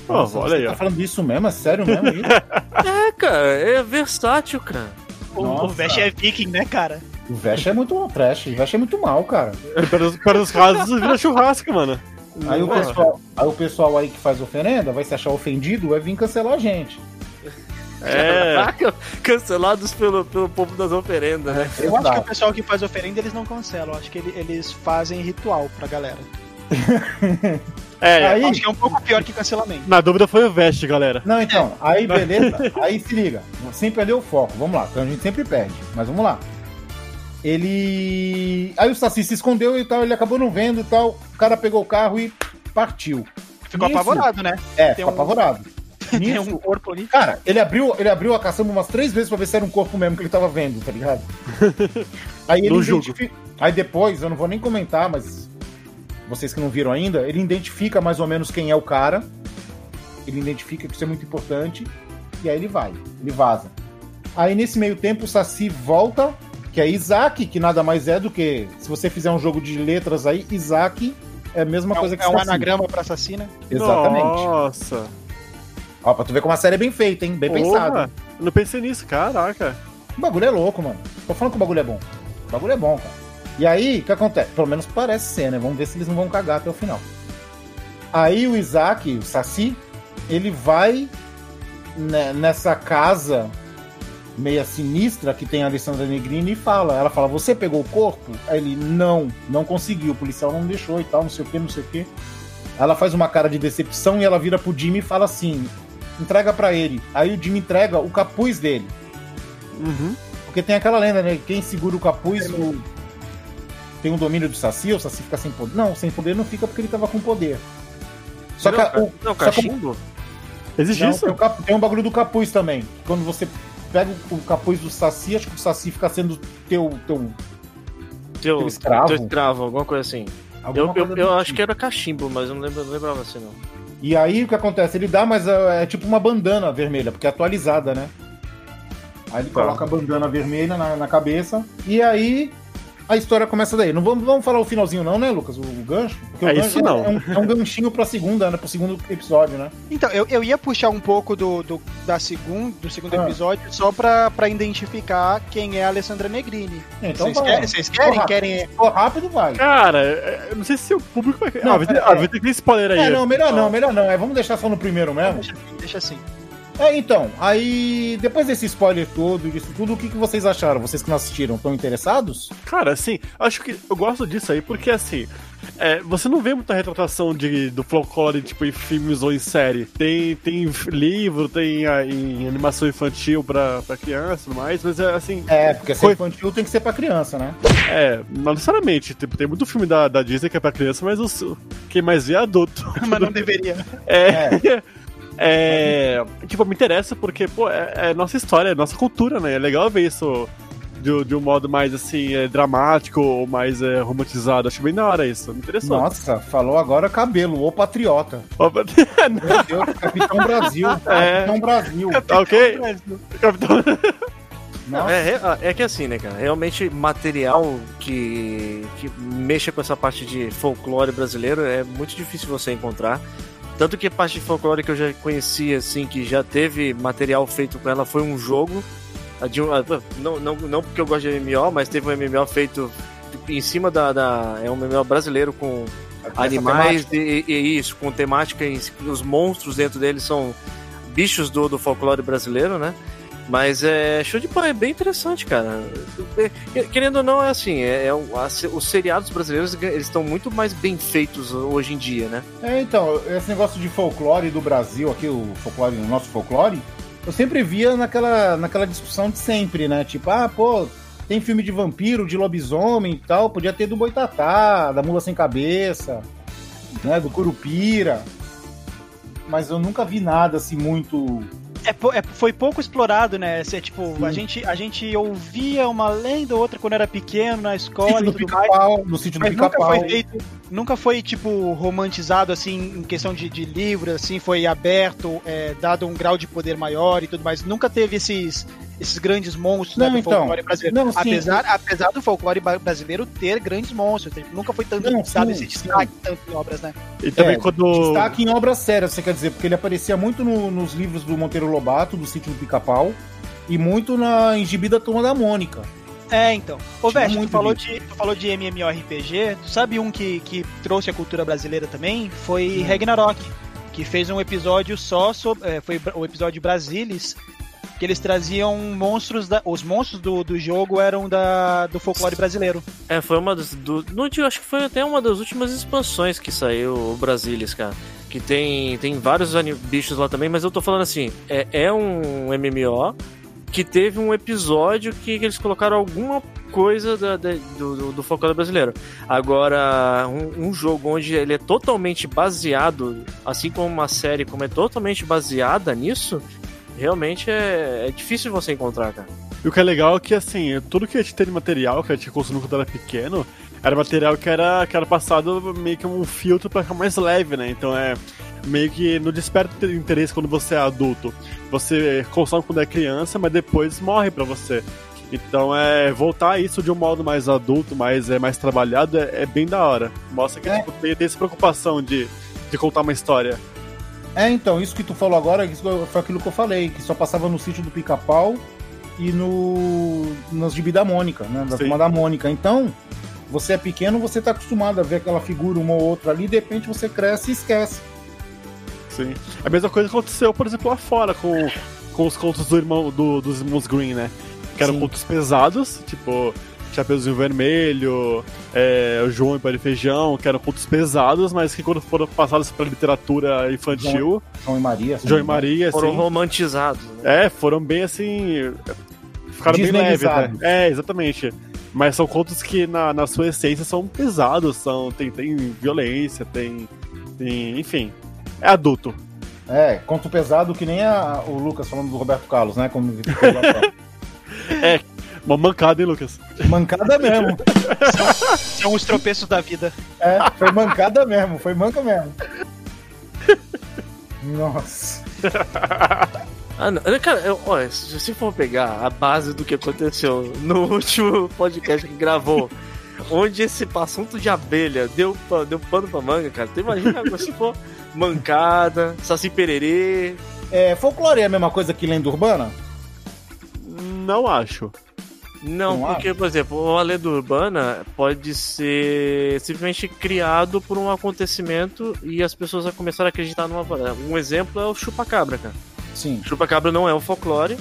Nossa, Ó, olha você aí, tá ó. falando disso mesmo? É sério mesmo? isso? É, cara, é versátil, cara. O, o Nossa. Vest é viking, né, cara? O Vesh é muito trash, o Vesh é muito mal, cara. Para os, para os casos, vira churrasco, mano. Aí o, Porra. pessoal, aí o pessoal aí que faz oferenda vai se achar ofendido, vai vir cancelar a gente. tá É. Caraca, cancelados pelo, pelo povo das oferendas, né? Eu acho que o Exato. pessoal que faz oferenda, eles não cancelam. Eu Acho que ele- eles fazem ritual pra galera. É, Aí- Eu Acho que é um pouco pior que cancelamento. na dúvida foi o Veste, galera. Não, então, aí beleza, aí se liga. Sem perder o foco, vamos lá, então a gente sempre perde, mas vamos lá. Ele. Aí o Saci se escondeu e tal, ele acabou não vendo e tal. O cara pegou o carro e partiu. Ficou Isso. apavorado, né? É, Tem ficou um- apavorado. Tem Nisso- um corpo ali. Cara, ele abriu, ele abriu a caçamba umas três vezes pra ver se era um corpo mesmo que ele tava vendo, tá ligado? Aí ele No jogo. identifica. Aí depois, eu não vou nem comentar, mas vocês que não viram ainda, ele identifica mais ou menos quem é o cara. Ele identifica que isso é muito importante. E aí ele vai, ele vaza. Aí nesse meio tempo o Saci volta, que é Isaac, que nada mais é do que. Se você fizer um jogo de letras aí, Isaac é a mesma É um, coisa que é um Saci. anagrama pra assassina. Exatamente. Nossa. Ó, pra tu ver como a série é bem feita, hein? Bem pensada. Porra, eu Não pensei nisso, caraca. O bagulho é louco, mano. Tô falando que o bagulho é bom. O bagulho é bom, cara. E aí, o que acontece? Pelo menos parece ser, né? Vamos ver se eles não vão cagar até o final. Aí o Isaac, o Saci, ele vai ne- nessa casa meia sinistra que tem a Alessandra Negrini e fala. Ela fala, você pegou o corpo? Aí ele, não, não conseguiu. O policial não deixou e tal, não sei o que, não sei o que. Ela faz uma cara de decepção e ela vira pro Jimmy e fala assim, entrega pra ele. Aí o Jimmy entrega o capuz dele. Uhum. Porque tem aquela lenda, né? Quem segura o capuz o- tem um domínio do Saci, o Saci fica sem poder. Não, sem poder não fica porque ele tava com poder. Só que Não, a- ca- o, não, só que- cachimbo? Existe não, isso? tem, o cap- tem um bagulho do capuz também. Quando você pega o, o capuz do Saci, acho que o Saci fica sendo teu. teu Teu, Teu escravo? teu escravo, alguma coisa assim. alguma Eu, coisa eu, do eu tipo. acho que é- era cachimbo, mas eu não, lembro, não lembrava assim, não. E aí o que acontece? Ele dá, mas é, é tipo uma bandana vermelha, porque é atualizada, Tá. né? Aí ele coloca a bandana vermelha na, na cabeça. E aí a história começa daí. Não vamos, vamos falar o finalzinho, não, né, Lucas? O, o gancho? Porque o É gancho isso não. É, um, é um ganchinho pra segunda, né? Pro segundo episódio, né? Então, eu, eu ia puxar um pouco do, do, da segun, do segundo Ah. episódio só pra, pra identificar quem é a Alessandra Negrini. Então, Vocês vai. querem? Vocês querem? Porra. querem? Pô, rápido, vai. Cara, é- eu não sei se o público vai. Não, ah, vai ter, é- ah, vai ter que ter spoiler aí. É, não, melhor Tá. não, melhor não. É, vamos deixar só no primeiro mesmo. Deixa, deixa assim. É, então, aí, depois desse spoiler todo, disso tudo, o que, que vocês acharam? Vocês que não assistiram, estão interessados? Cara, assim, acho que eu gosto disso aí, porque assim. é, você não vê muita retratação de, do folclore, tipo, em filmes ou em série. Tem, tem livro, tem ah, em animação infantil pra, pra criança e tudo mais, mas é assim. É, porque ser Foi- infantil tem que ser pra criança, né? É, não necessariamente. Tipo, tem muito filme da, da Disney que é pra criança, mas os, quem mais vê é adulto. Mas não deveria. É. é, tipo, me interessa porque, pô, é, é nossa história, é nossa cultura, né? É legal ver isso de, de um modo mais, assim, é, dramático ou mais é, romantizado. Acho bem da hora isso. Me interessou. Nossa, falou agora cabelo, ô patriota. Opa, Meu Deus, Capitão Brasil. É. Capitão Brasil. tá ok? Capitão. É, Nossa. É, é, é que assim, né, cara? Realmente, material que, que mexa com essa parte de folclore brasileiro é muito difícil você encontrar. Tanto que a parte de folclore que eu já conhecia, assim, que já teve material feito com ela, foi um jogo. A de um- a- não, não, não porque eu gosto de MMO, mas teve um MMO feito em cima da. da- é um MMO brasileiro com Essa animais temática. e, e isso, com temática, em- os monstros dentro deles são bichos do, do folclore brasileiro, né? Mas é show de bola, é bem interessante, cara. É, Querendo ou não, é assim, é, é o- a se- os seriados brasileiros eles estão muito mais bem feitos hoje em dia, né? É, então, esse negócio de folclore do Brasil, aqui, o folclore, o nosso folclore, eu sempre via naquela, naquela discussão de sempre, né? Tipo, ah, pô, tem filme de vampiro, de lobisomem e tal, podia ter do Boitatá, da Mula Sem Cabeça, né? Do Curupira. Mas eu nunca vi nada assim muito. É, po- é- foi pouco explorado, né? Esse é, tipo, a Sim. gente, a gente ouvia uma lenda ou outra quando era pequeno, na escola Sítio e do tudo mais. pica-pau, no sítio do Mas nunca pica-pau. foi feito, nunca foi, tipo, romantizado, assim, em questão de, de livro, assim, foi aberto, é, dado um grau de poder maior e tudo mais. Nunca teve esses, esses grandes monstros né, Não, do então. folclore brasileiro. Não, sim. apesar, apesar do folclore ba- brasileiro ter grandes monstros, tipo, nunca foi tanto Não, dado sim, esse sim. destaque tanto em obras, né? E também É, quando. Destaque em obras sérias, você quer dizer, porque ele aparecia muito no- nos livros do Monteiro Lobato, do sítio do pica-pau, e muito na em Gibi da Turma da Mônica. É, então. Ô, Tinha Vest, tu muito falou, de, tu falou de MMORPG, tu sabe um que, que trouxe a cultura brasileira também? Foi Ragnarok, que fez um episódio só sobre... é, foi o episódio Brasilis, que eles traziam monstros... Da, os monstros do, do jogo eram da, do folclore brasileiro. É, foi uma das. Do, no, dia- acho que foi até uma das últimas expansões que saiu o Brasilis, cara. Que tem, tem vários ani- bichos lá também, mas eu tô falando assim: é, é um MMO que teve um episódio que eles colocaram alguma coisa da- da- do, do, do folclore brasileiro. Agora, um, um jogo onde ele é totalmente baseado, assim como uma série como é totalmente baseada nisso, realmente é, é difícil você encontrar, cara. E o que é legal é que, assim, tudo que a gente tem de material, que a gente consumiu quando era pequeno, era material que era, que era passado meio que um filtro pra ficar mais leve, né? Então é meio que não desperta interesse quando você é adulto. Você consome quando é criança, mas depois morre pra você. Então é voltar isso de um modo mais adulto, mais, é, mais trabalhado, é, é bem da hora. Mostra que É. tipo, tem, tem essa preocupação de, de contar uma história. É, então, isso que tu falou agora isso foi aquilo que eu falei, que só passava no sítio do pica-pau e no nas gibi da Mônica, né? Da Sim. turma da Mônica. Então, você é pequeno, você tá acostumado a ver aquela figura, uma ou outra ali, de repente você cresce e esquece. Sim. A mesma coisa aconteceu, por exemplo, lá fora com, com os contos do irmão, do- dos irmãos Green, né? Que eram Sim. contos pesados, tipo Chapeuzinho Vermelho, é, o João e o Padre Feijão, que eram contos pesados, mas que quando foram passados pra literatura infantil, João e Maria. João e Maria, Foram assim. romantizados. né? É, foram bem assim. Ficaram bem leves, né? Disney-izados. É, exatamente. Mas são contos que, na, na sua essência, são pesados, são, tem, tem violência, tem, tem. Enfim. É adulto. É, conto pesado que nem a- o Lucas falando do Roberto Carlos, né? Como... ficou lá atrás. Uma mancada, hein, Lucas? mancada mesmo. São os tropeços da vida. É, foi mancada mesmo, foi manca mesmo. Nossa. Ah, não. Cara, eu, olha, se você for pegar a base do que aconteceu no último podcast que gravou, onde esse assunto de abelha deu, pa- deu pano pra manga, cara. Tu imagina agora se for mancada, saci pererê. É, folclore é a mesma coisa que lenda urbana? Não acho. Não, Não porque, por exemplo, uma lenda urbana pode ser simplesmente criado por um acontecimento e as pessoas vão começar a acreditar numa parada. Um exemplo é o chupa-cabra, cara. Sim. Chupa-cabra não é um folclore.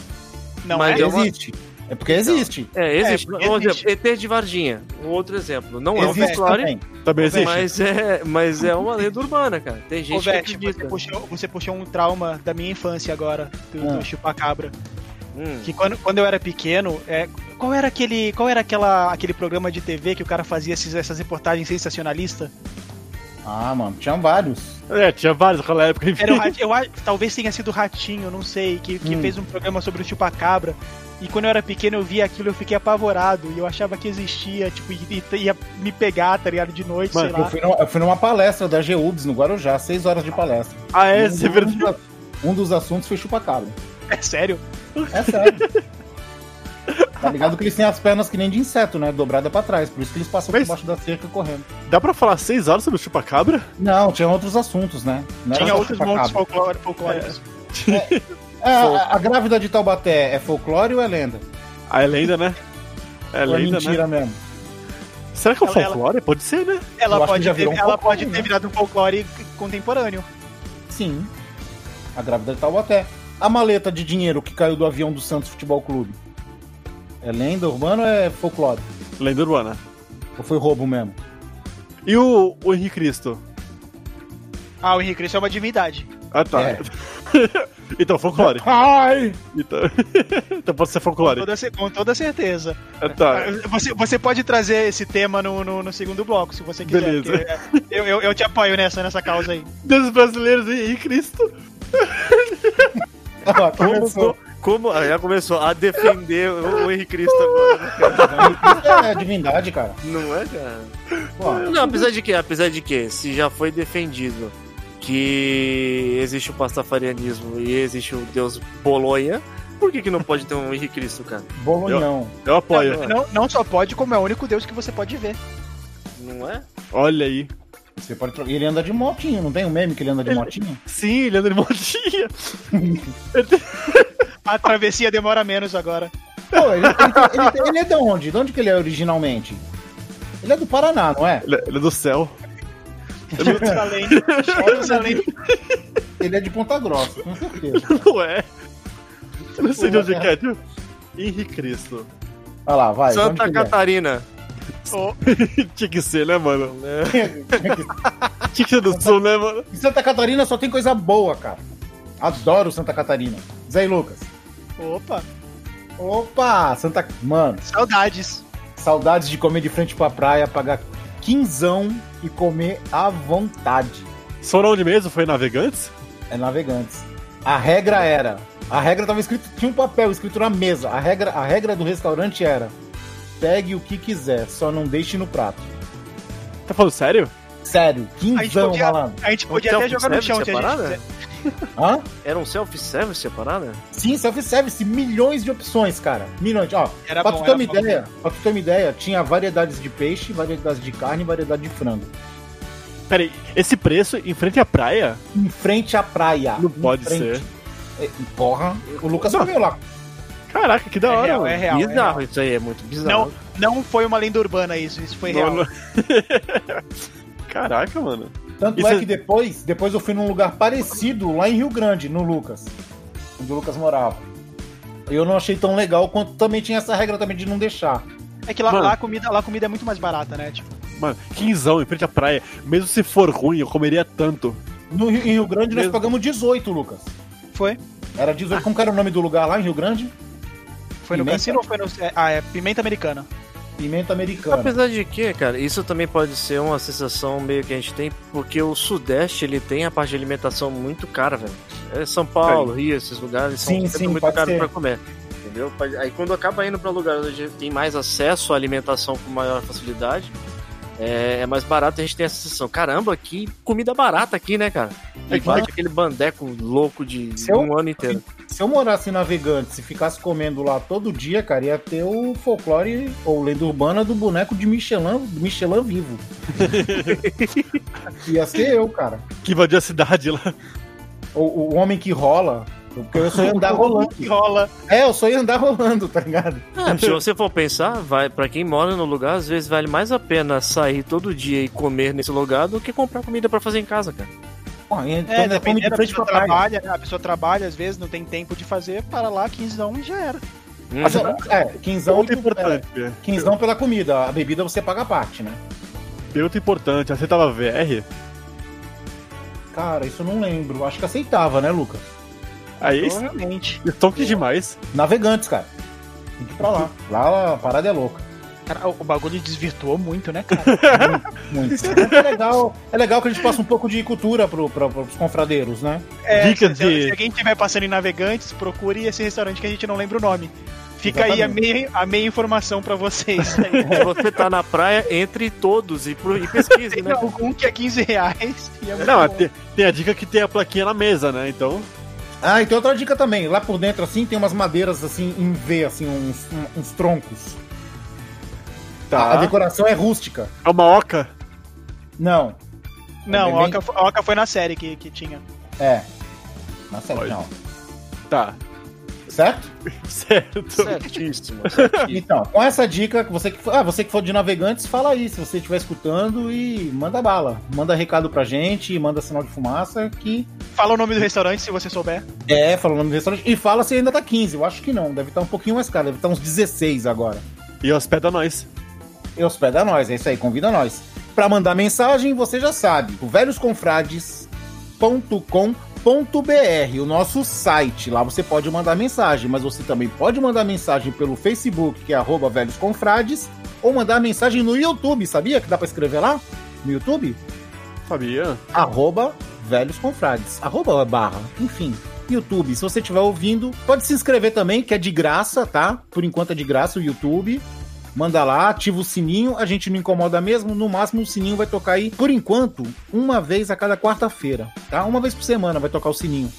Não Mas é? eu- uma- existe. É porque existe. É, existe. porque um existe. exemplo, ET de Varginha. Um outro exemplo. Não é um existe folclore, também. Também Ô, velho, existe. mas é, mas é uma lenda urbana, cara. Tem gente Ô, que Vete, você acredita. puxou, você puxou um trauma da minha infância agora, do, Ah. do chupacabra. Hum. Que quando, quando eu era pequeno, é, qual era aquele qual era aquela, aquele programa de TV que o cara fazia esses- essas reportagens sensacionalistas? Ah, mano, tinham vários. É, tinha vários naquela época, enfim. Era um o Ratinho, eu acho- talvez tenha sido o Ratinho, não sei, que, Hum. que fez um programa sobre o chupacabra. E quando eu era pequeno, eu via aquilo, eu fiquei apavorado. E eu achava que existia, tipo, e, e ia me pegar, tá ligado, de noite, Mano, sei Eu lá. fui, numa, eu fui numa palestra da GUBS no Guarujá, seis horas de palestra. Ah, é, um, você é verdade. dos- um dos assuntos foi chupacabra. É sério? É sério. tá ligado que eles têm as pernas que nem de inseto, né? Dobrada pra trás. Por isso que eles passam Mas- por baixo da cerca correndo. Dá pra falar seis horas sobre o chupacabra? Não, tinha outros assuntos, né? Não era Tinha só outros chupacabra. montes folclóricos. folclóricos. É, a, a grávida de Taubaté é folclore ou é lenda? Ah, é lenda, né? É ou é lenda, né? mentira mesmo? Será que é o Ela- ela- folclore? Pode ser, né? Eu Ela, acho que pode já ter, virou um ela folclore, pode né? ter virado um folclore contemporâneo. Sim. A grávida de Taubaté. A maleta de dinheiro que caiu do avião do Santos Futebol Clube. É lenda urbana ou é folclore? Lenda urbana. Ou foi roubo mesmo? E o, o Henrique Cristo? Ah, o Henrique Cristo é uma divindade. Ah, tá. É. É. então, folclore. Ai! Então, então pode ser folclore. Toda ce- com toda certeza. Ah, tá. Você, você pode trazer esse tema no, no, no segundo bloco, se você quiser. Beleza. porque, é, Eu, eu, eu te apoio nessa, nessa causa aí. Deus brasileiros e Henrique Cristo. Ó, Como, começou. como- ah, já começou a defender o, o Henrique Cristo agora, né, cara? É divindade, cara. Não é, cara? Ó, Não, apesar de que, apesar de que, se já foi defendido que existe o pastafarianismo e existe o deus Bolonha, por que, que não pode ter um Henrique Cristo, cara? bolonhão. Eu Não, apoio. Não, não só pode, como é o único Deus que você pode ver. Não é? Olha aí. Você pode trocar. Ele anda de motinho, não tem um meme que ele anda de motinho? Sim, Leandro de Motinha. A travessia demora menos agora. Pô, ele, ele- ele- ele- ele é de onde? De onde que ele é originalmente? Ele é do Paraná, não é? Ele ele é do céu. Jerusalém. Jerusalém. Ele é de Ponta Grossa, com certeza. Não é. Eu não sei de onde que é, viu? Henrique Cristo. Olha lá, vai. de onde Santa que ele é? Catarina. Oh. Tinha que ser, né, mano? É. Tinha que ser do sul, né, mano? Em Santa Catarina só tem coisa boa, cara. Adoro Santa Catarina. Zé e Lucas. Opa, Opa, Santa. Mano, saudades. saudades de comer de frente pra praia, pagar quinzão e comer à vontade. Foram onde mesmo? Foi em Navegantes? É navegantes. A regra era. A regra tava escrito. Tinha um papel escrito na mesa. A regra, a regra do restaurante era: pegue o que quiser, só não deixe no prato. Tá falando sério? Sério, A gente quinzão, podia- malandro. A gente podia Então, até jogar no serve chão se a gente separada? quiser. Hã? Era um self-service separado? Sim, self-service, milhões de opções, cara. Milhões. Ó, Era pra bom, tu ter era uma bom. ideia, pra tu ter uma ideia, tinha variedades de peixe, variedades de carne e variedade de frango. Pera aí, esse preço em frente à praia? Em frente à praia. Não em pode frente. ser. É, Porra, o Lucas comeu lá. Caraca, que da É hora, real, mano. é real. é bizarro, real. isso aí é muito bizarro. Não, não foi uma lenda urbana isso, isso foi real. Não, não. Caraca, mano. Tanto Isso é é- que depois, depois eu fui num lugar parecido lá em Rio Grande, no Lucas, onde o Lucas morava. Eu não achei tão legal quanto também tinha essa regra também de não deixar. É que lá, Mano. lá a comida, lá a comida é muito mais barata, né? Tipo, Mano, quinzão em frente à praia. Mesmo se for ruim, eu comeria tanto. No Rio, em Rio Grande nós Mesmo? Ah. pagamos 18, Lucas. foi? Era 18. Como que era o nome do lugar lá em Rio Grande? Foi no Pimenta? cassino ou foi no. é, Ah, é Pimenta Americana. Pimenta Americana. Apesar de que, cara, isso também pode ser uma sensação meio que a gente tem, porque o Sudeste ele tem a parte de alimentação muito cara, velho. É São Paulo, Rio, esses lugares são Sim, sempre sim, muito pode caros ser. pra comer. Entendeu? Pode- Aí quando acaba indo pra lugares onde tem mais acesso à alimentação com maior facilidade, é, é mais barato a gente tem essa sensação. Caramba, que comida barata aqui, né, cara? E É que- bate aquele bandeco louco de Se eu- um ano inteiro. Se eu morasse em Navegantes e ficasse comendo lá todo dia, cara, ia ter o folclore ou lenda urbana do boneco de Michelin, Michelin vivo. ia ser eu, cara. Que invadiu a cidade lá. O, o homem que rola. Porque eu só ia andar rolando. Que rola. É, eu só ia andar rolando, tá ligado? É, se você for pensar, vai para quem mora no lugar, às vezes vale mais a pena sair todo dia e comer nesse lugar do que comprar comida para fazer em casa, cara. Pô, e então É, ainda come dependendo de da frente pessoa pra praia. trabalha, né? a pessoa trabalha, às vezes não tem tempo de fazer, para lá, 15 da 1 já era. Hum. Mas, é, quinzão, Pergunta importante. é, quinzão pela comida. A bebida você paga a parte, né? Pergunta importante. Ah, Aceitava VR? Então Cara, isso eu não lembro. Acho que aceitava, né, Lucas? é Aí, Realmente. estoque demais. Navegantes, cara. Tem que ir pra lá. Lá a parada é louca. Cara, o o bagulho desvirtuou muito, né, cara? Muito. é, legal, é legal que a gente passa um pouco de cultura pro, pro, pros confradeiros, né? É, Dica se, se de- alguém estiver passando em Navegantes, procure esse restaurante que a gente não lembra o nome. Fica aí a Exatamente. meia, a meia informação pra vocês. né? Se você tá na praia, entre todos e, pro- e pesquise, Tem né? algum que é 15 reais. E é muito Não, bom. tem, tem a dica que tem a plaquinha na mesa, né? Então, Ah, e tem outra dica também. Lá por dentro, assim, tem umas madeiras, assim, em V, assim, uns, um- uns troncos. A, a tá. decoração é rústica. É uma oca. Não, Não, a Também- Oca, a Oca foi na série que, que tinha. é. Na série, Olha. não. Tá. Certo? Certo. Certíssimo. Então, com essa dica, você que, for- ah, você que for de navegantes, fala aí se você estiver escutando e manda bala. Manda recado pra gente, manda sinal de fumaça que Fala o nome do restaurante se você souber. é, fala o nome do restaurante. E fala se ainda tá 15. Eu acho que não, deve estar um pouquinho mais caro, deve estar uns 16 agora. E hospeda nós. E hospeda nós, é isso aí, convida nós. Pra mandar mensagem, você já sabe, o velhosconfrades.com.br, o nosso site. Lá você pode mandar mensagem, mas você também pode mandar mensagem pelo Facebook, que é arroba Velhos Confrades, ou mandar mensagem no YouTube, sabia que dá pra escrever lá? No YouTube? Sabia? Arroba Velhos Confrades. Arroba ou é barra, enfim. YouTube, se você estiver ouvindo, pode se inscrever também, que é de graça, tá? Por enquanto é de graça o YouTube. Manda lá, ativa o sininho, a gente não incomoda mesmo, no máximo o sininho vai tocar aí, por enquanto, uma vez a cada quarta-feira, tá? Uma vez por semana vai tocar o sininho.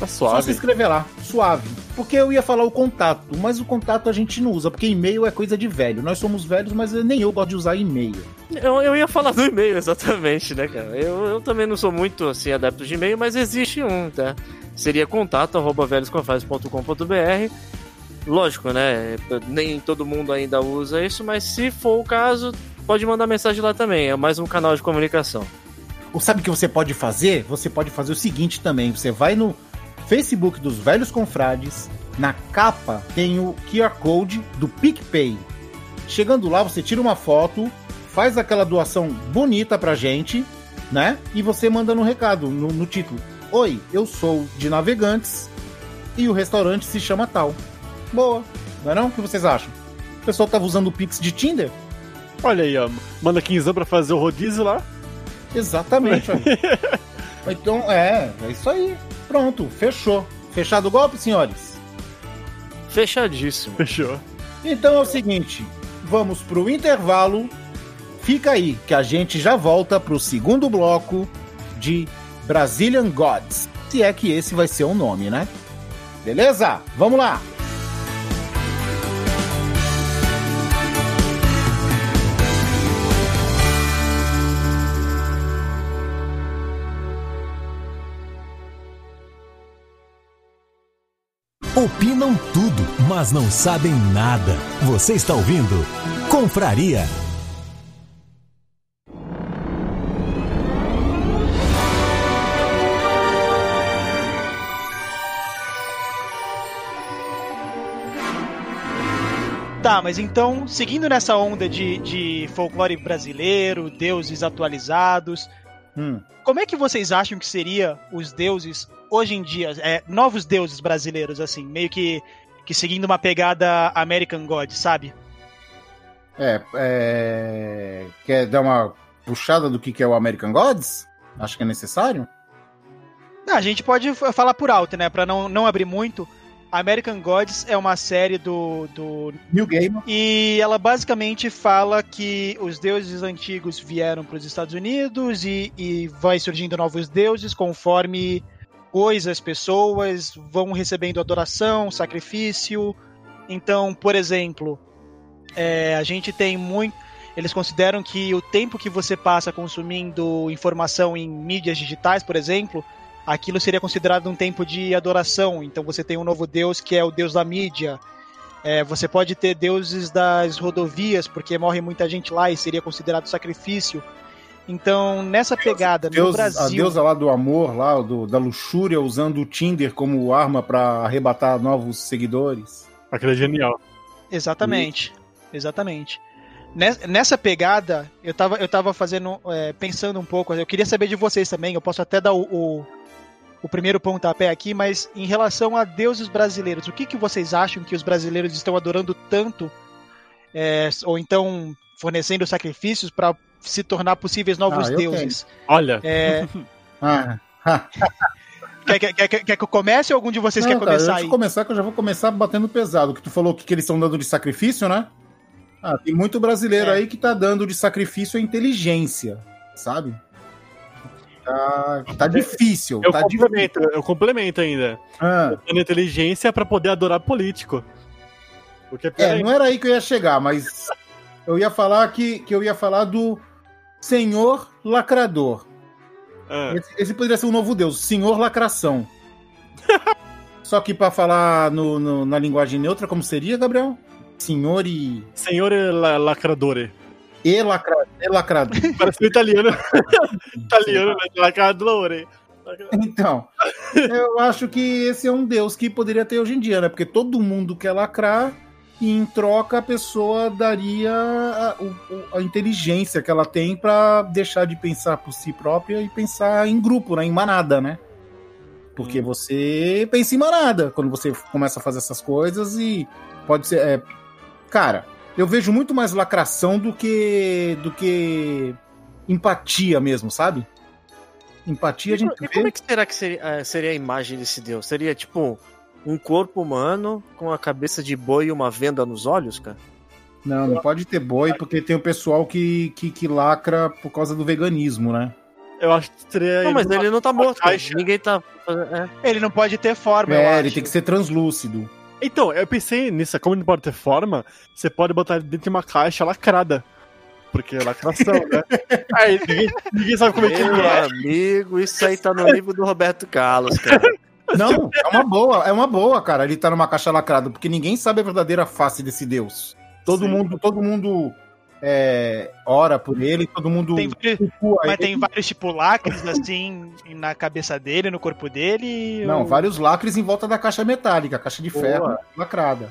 Tá Só se suave. inscrever lá, suave. Porque eu ia falar o contato, mas o contato a gente não usa, porque e-mail é coisa de velho. Nós somos velhos, mas nem eu gosto de usar e-mail. Eu, eu ia falar do e-mail, exatamente, né, cara? Eu, eu também não sou muito, assim, adepto de e-mail, mas existe um, tá? Seria contato, arroba velhosconfrades.com.br. Lógico, né? Nem todo mundo ainda usa isso, mas se for o caso, pode mandar mensagem lá também. É mais um canal de comunicação. Ou sabe o que você pode fazer? Você pode fazer o seguinte também: você vai no Facebook dos Velhos Confrades, na capa tem o QR Code do PicPay. Chegando lá, você tira uma foto, faz aquela doação bonita pra gente, né? E você manda no recado, no, no título: Oi, eu sou de Navegantes e o restaurante se chama tal. Boa, não é não? O que vocês acham? O pessoal tava usando o Pix de Tinder? Olha aí, ó. Manda quinzão pra fazer o rodízio lá. Exatamente. olha. então, é, é isso aí. Pronto, fechou. Fechado o golpe, senhores? Fechadíssimo. Fechou. Então é o seguinte, vamos pro intervalo. Fica aí, que a gente já volta pro segundo bloco de Brazilian Gods. Se é que esse vai ser o nome, né? Beleza? Vamos lá! Opinam tudo, mas não sabem nada. Você está ouvindo Confraria. Tá, mas então, seguindo nessa onda de, de folclore brasileiro, deuses atualizados, Hum. como é que vocês acham que seria os deuses hoje em dia? É, novos deuses brasileiros, assim, meio que, que seguindo uma pegada American God, sabe? É, é, Quer dar uma puxada do que que é o American Gods? Acho que é necessário. Ah, A gente pode f- falar por alto, né? Pra não, não abrir muito. American Gods é uma série do, do New Game. E ela basicamente fala que os deuses antigos vieram para os Estados Unidos e, e vai surgindo novos deuses conforme coisas, pessoas, vão recebendo adoração, sacrifício. Então, por exemplo, é, a gente tem muito. Eles consideram que o tempo que você passa consumindo informação em mídias digitais, por exemplo, aquilo seria considerado um tempo de adoração. Então você tem um novo deus que é o deus da mídia. É, você pode ter deuses das rodovias, porque morre muita gente lá e seria considerado sacrifício. Então, nessa pegada, no Deus, a Brasil. deusa lá do amor, lá do- da luxúria, usando o Tinder como arma pra arrebatar novos seguidores. Aquilo é genial. Exatamente. Exatamente. Nes- Nessa pegada, eu tava, eu tava fazendo, é, pensando um pouco, eu queria saber de vocês também, eu posso até dar o, o, o primeiro pontapé aqui, mas em relação a deuses brasileiros, o que, que vocês acham que os brasileiros estão adorando tanto, é, ou então fornecendo sacrifícios para se tornar possíveis novos Ah, eu deuses? Olha, É, Ah, quer, quer, quer, quer que eu comece ou algum de vocês quer não, cara, começar deixa aí? eu começar que eu já vou começar batendo pesado. Que tu falou que, que eles estão dando de sacrifício, né? Ah, tem muito brasileiro É. aí que tá dando de sacrifício a inteligência, sabe? Tá, tá difícil. eu tá difícil. complemento, eu complemento ainda. Ah, Tendo inteligência pra poder adorar político. Porque é, peraí, não era aí que eu ia chegar, mas eu ia falar que, que eu ia falar do senhor lacrador. ah, Esse, esse poderia ser um novo deus, Senhor Lacração. Só que pra falar no- no- na linguagem neutra, como seria, Gabriel? Senhor e, senhor la, lacradore. e, lacra, e lacrador. Parece um italiano. italiano, né? Lacradore. Então, eu acho que esse é um deus que poderia ter hoje em dia, né? Porque todo mundo quer lacrar e em troca a pessoa daria a, o- o- a inteligência que ela tem pra deixar de pensar por si própria e pensar em grupo, né? Em manada, né? Porque você pensa em manada quando você começa a fazer essas coisas e pode ser. é, cara, eu vejo muito mais lacração do que do que empatia mesmo, sabe? Empatia a gente E vê. como é que será que seria, eh, seria a imagem desse deus? Seria tipo um corpo humano com a cabeça de boi e uma venda nos olhos, cara? Não, não pode ter boi, porque tem o pessoal que, que, que lacra por causa do veganismo, né? Eu acho que seria. Não, mas ele não tá uma morto. cara. caixa. Ninguém tá. é. Ele não pode ter forma, eu É, acho. ele tem que ser translúcido. Então, eu pensei nisso, como não pode ter forma, você pode botar ele dentro de uma caixa lacrada. Porque é lacração, né? Aí, ninguém, ninguém sabe como é que Meu é. um amigo, isso aí tá no livro do Roberto Carlos, cara. Não, é uma boa, é uma boa, cara. Ele tá numa caixa lacrada, porque ninguém sabe a verdadeira face desse deus. Todo Sim. mundo, todo mundo é, ora por ele, todo mundo Tem vários, cultua Mas ele. tem vários tipo lacres assim na cabeça dele, no corpo dele. Não, eu- vários lacres em volta da caixa metálica, caixa de ferro lacrada.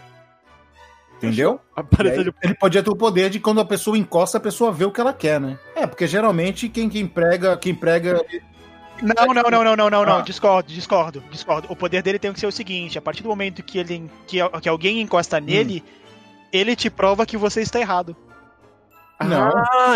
Entendeu? E aí, Aparece tipo, de Ele podia ter o poder de quando a pessoa encosta, a pessoa vê o que ela quer, né? É, porque geralmente quem, quem prega, quem prega Não, não, não, não, não, não, não. Ah. Discordo, discordo, discordo. O poder dele tem que ser o seguinte: a partir do momento que ele que, que alguém Hum. encosta nele, ele te prova que você está errado. Não. Ah,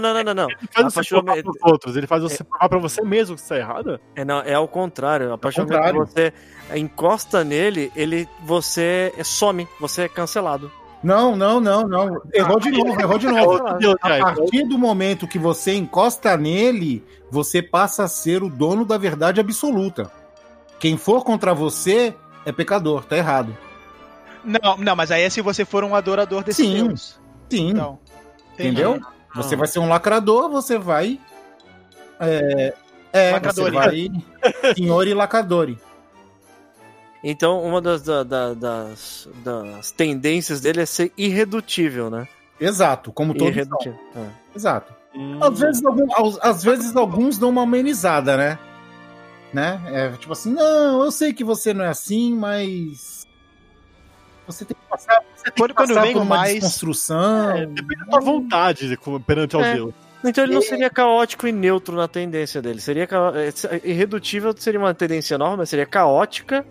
Não, não, não, não, não. ele faz você Apaixonamento. provar pros outros, ele faz você provar pra você mesmo que você tá errado? É, não, é ao contrário. A partir do momento que contrário. você encosta nele, ele você some, você é cancelado. Não, não, não, não. Errou de novo, Ah, tá. errou de novo. Meu Deus, A cara, partir do momento que você encosta nele, você passa a ser o dono da verdade absoluta. Quem for contra você é pecador, tá errado. Não, não, mas aí é se você for um adorador desse Sim. Deus. Sim, Então, entendi. entendeu? Você vai ser um lacrador, você vai. É, é Lacradore. você vai. Senhor e lacadore. Então, uma das, da- da- das, das tendências dele é ser irredutível, né? Exato, como todos. são. Irredutível. É. Exato. Às vezes, algum- aos- às vezes alguns dão uma amenizada, né? Né? É tipo assim, não, eu sei que você não é assim, mas você tem que passar, você tem Quando- que passar quando vem por o uma mais- desconstrução. Depende da tua Hum. Tá vontade de- com- perante ao É. Deus. Então ele não seria caótico e neutro na tendência dele. Seria ca- é, se- irredutível, seria uma tendência enorme, mas seria caótica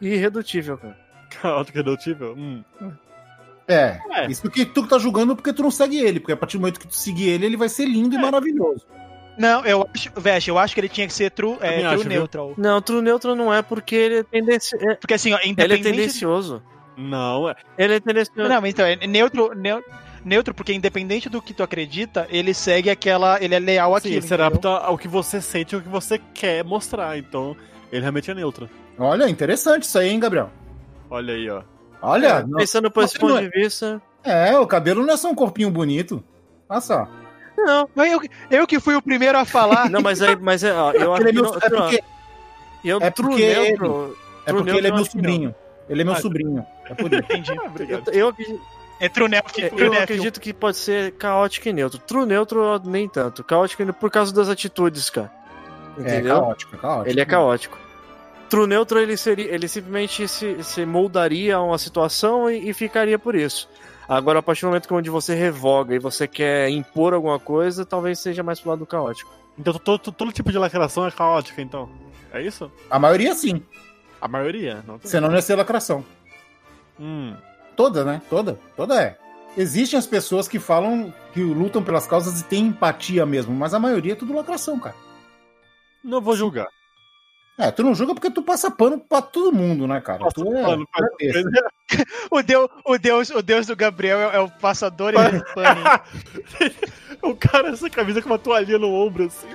e irredutível, cara. Caótico redutível. É Hum. É, É. isso que tu tá julgando porque tu não segue ele, porque a partir do momento que tu seguir ele, ele vai ser lindo É. e maravilhoso. Não, eu acho, Vesh, eu acho que ele tinha que ser true, é, Também true acho, viu? neutral. Não, true neutro não é porque ele é, tendenci... é- Porque assim, ó, ele é independente. tendencioso. Não, é. Ele é tendencioso. Não, mas então, é neutro, neu- neutro, porque independente do que tu acredita, ele segue aquela. Ele é leal Sim, àquilo. ele se entendeu? adapta ao que você sente e ao que você quer mostrar. Então, Ele realmente é neutro. Olha, interessante isso aí, hein, Gabriel? Olha aí, ó. Olha, não- Pensando por esse Mas não ponto é. de vista. é, o cabelo não é só um corpinho bonito. Olha só. Não, Mas eu, eu que fui o primeiro a falar. não, mas aí, mas é, ó, eu acho Ele é que meu- não, é porque, eu é true porque ele- neutro. é porque ele é True meu neutro, eu acho que não. sobrinho. Ele é meu Ah. sobrinho. É por isso. Entendi. Ah, Eu, obrigado. eu, acredito- Entre o Nef e Tipo, eu o é Nef. acredito que pode ser caótico e neutro. True neutro, nem tanto. Caótico e neutro por causa das atitudes, cara. É Entendeu? caótico, é caótico. Ele é caótico. True neutro, ele, seria, ele simplesmente se, se moldaria a uma situação e, e ficaria por isso. Agora, a partir do momento que onde você revoga e você quer impor alguma coisa, talvez seja mais pro lado do caótico. Então todo, todo- todo tipo de lacração é caótica, então. É isso? A maioria sim, A maioria. Não tem... senão não ia ser lacração. Hum. Toda, né? Toda. Toda é. Existem as pessoas que falam que lutam pelas causas e têm empatia mesmo, mas a maioria é tudo lacração, cara. Não vou julgar. É, tu não julga porque tu passa pano pra todo mundo, né, cara? Passa tu é, pano pra- tu é besta. O deus, o, deus, o deus do Gabriel é, é o passador e o pane. o cara essa camisa com uma toalhinha no ombro, assim.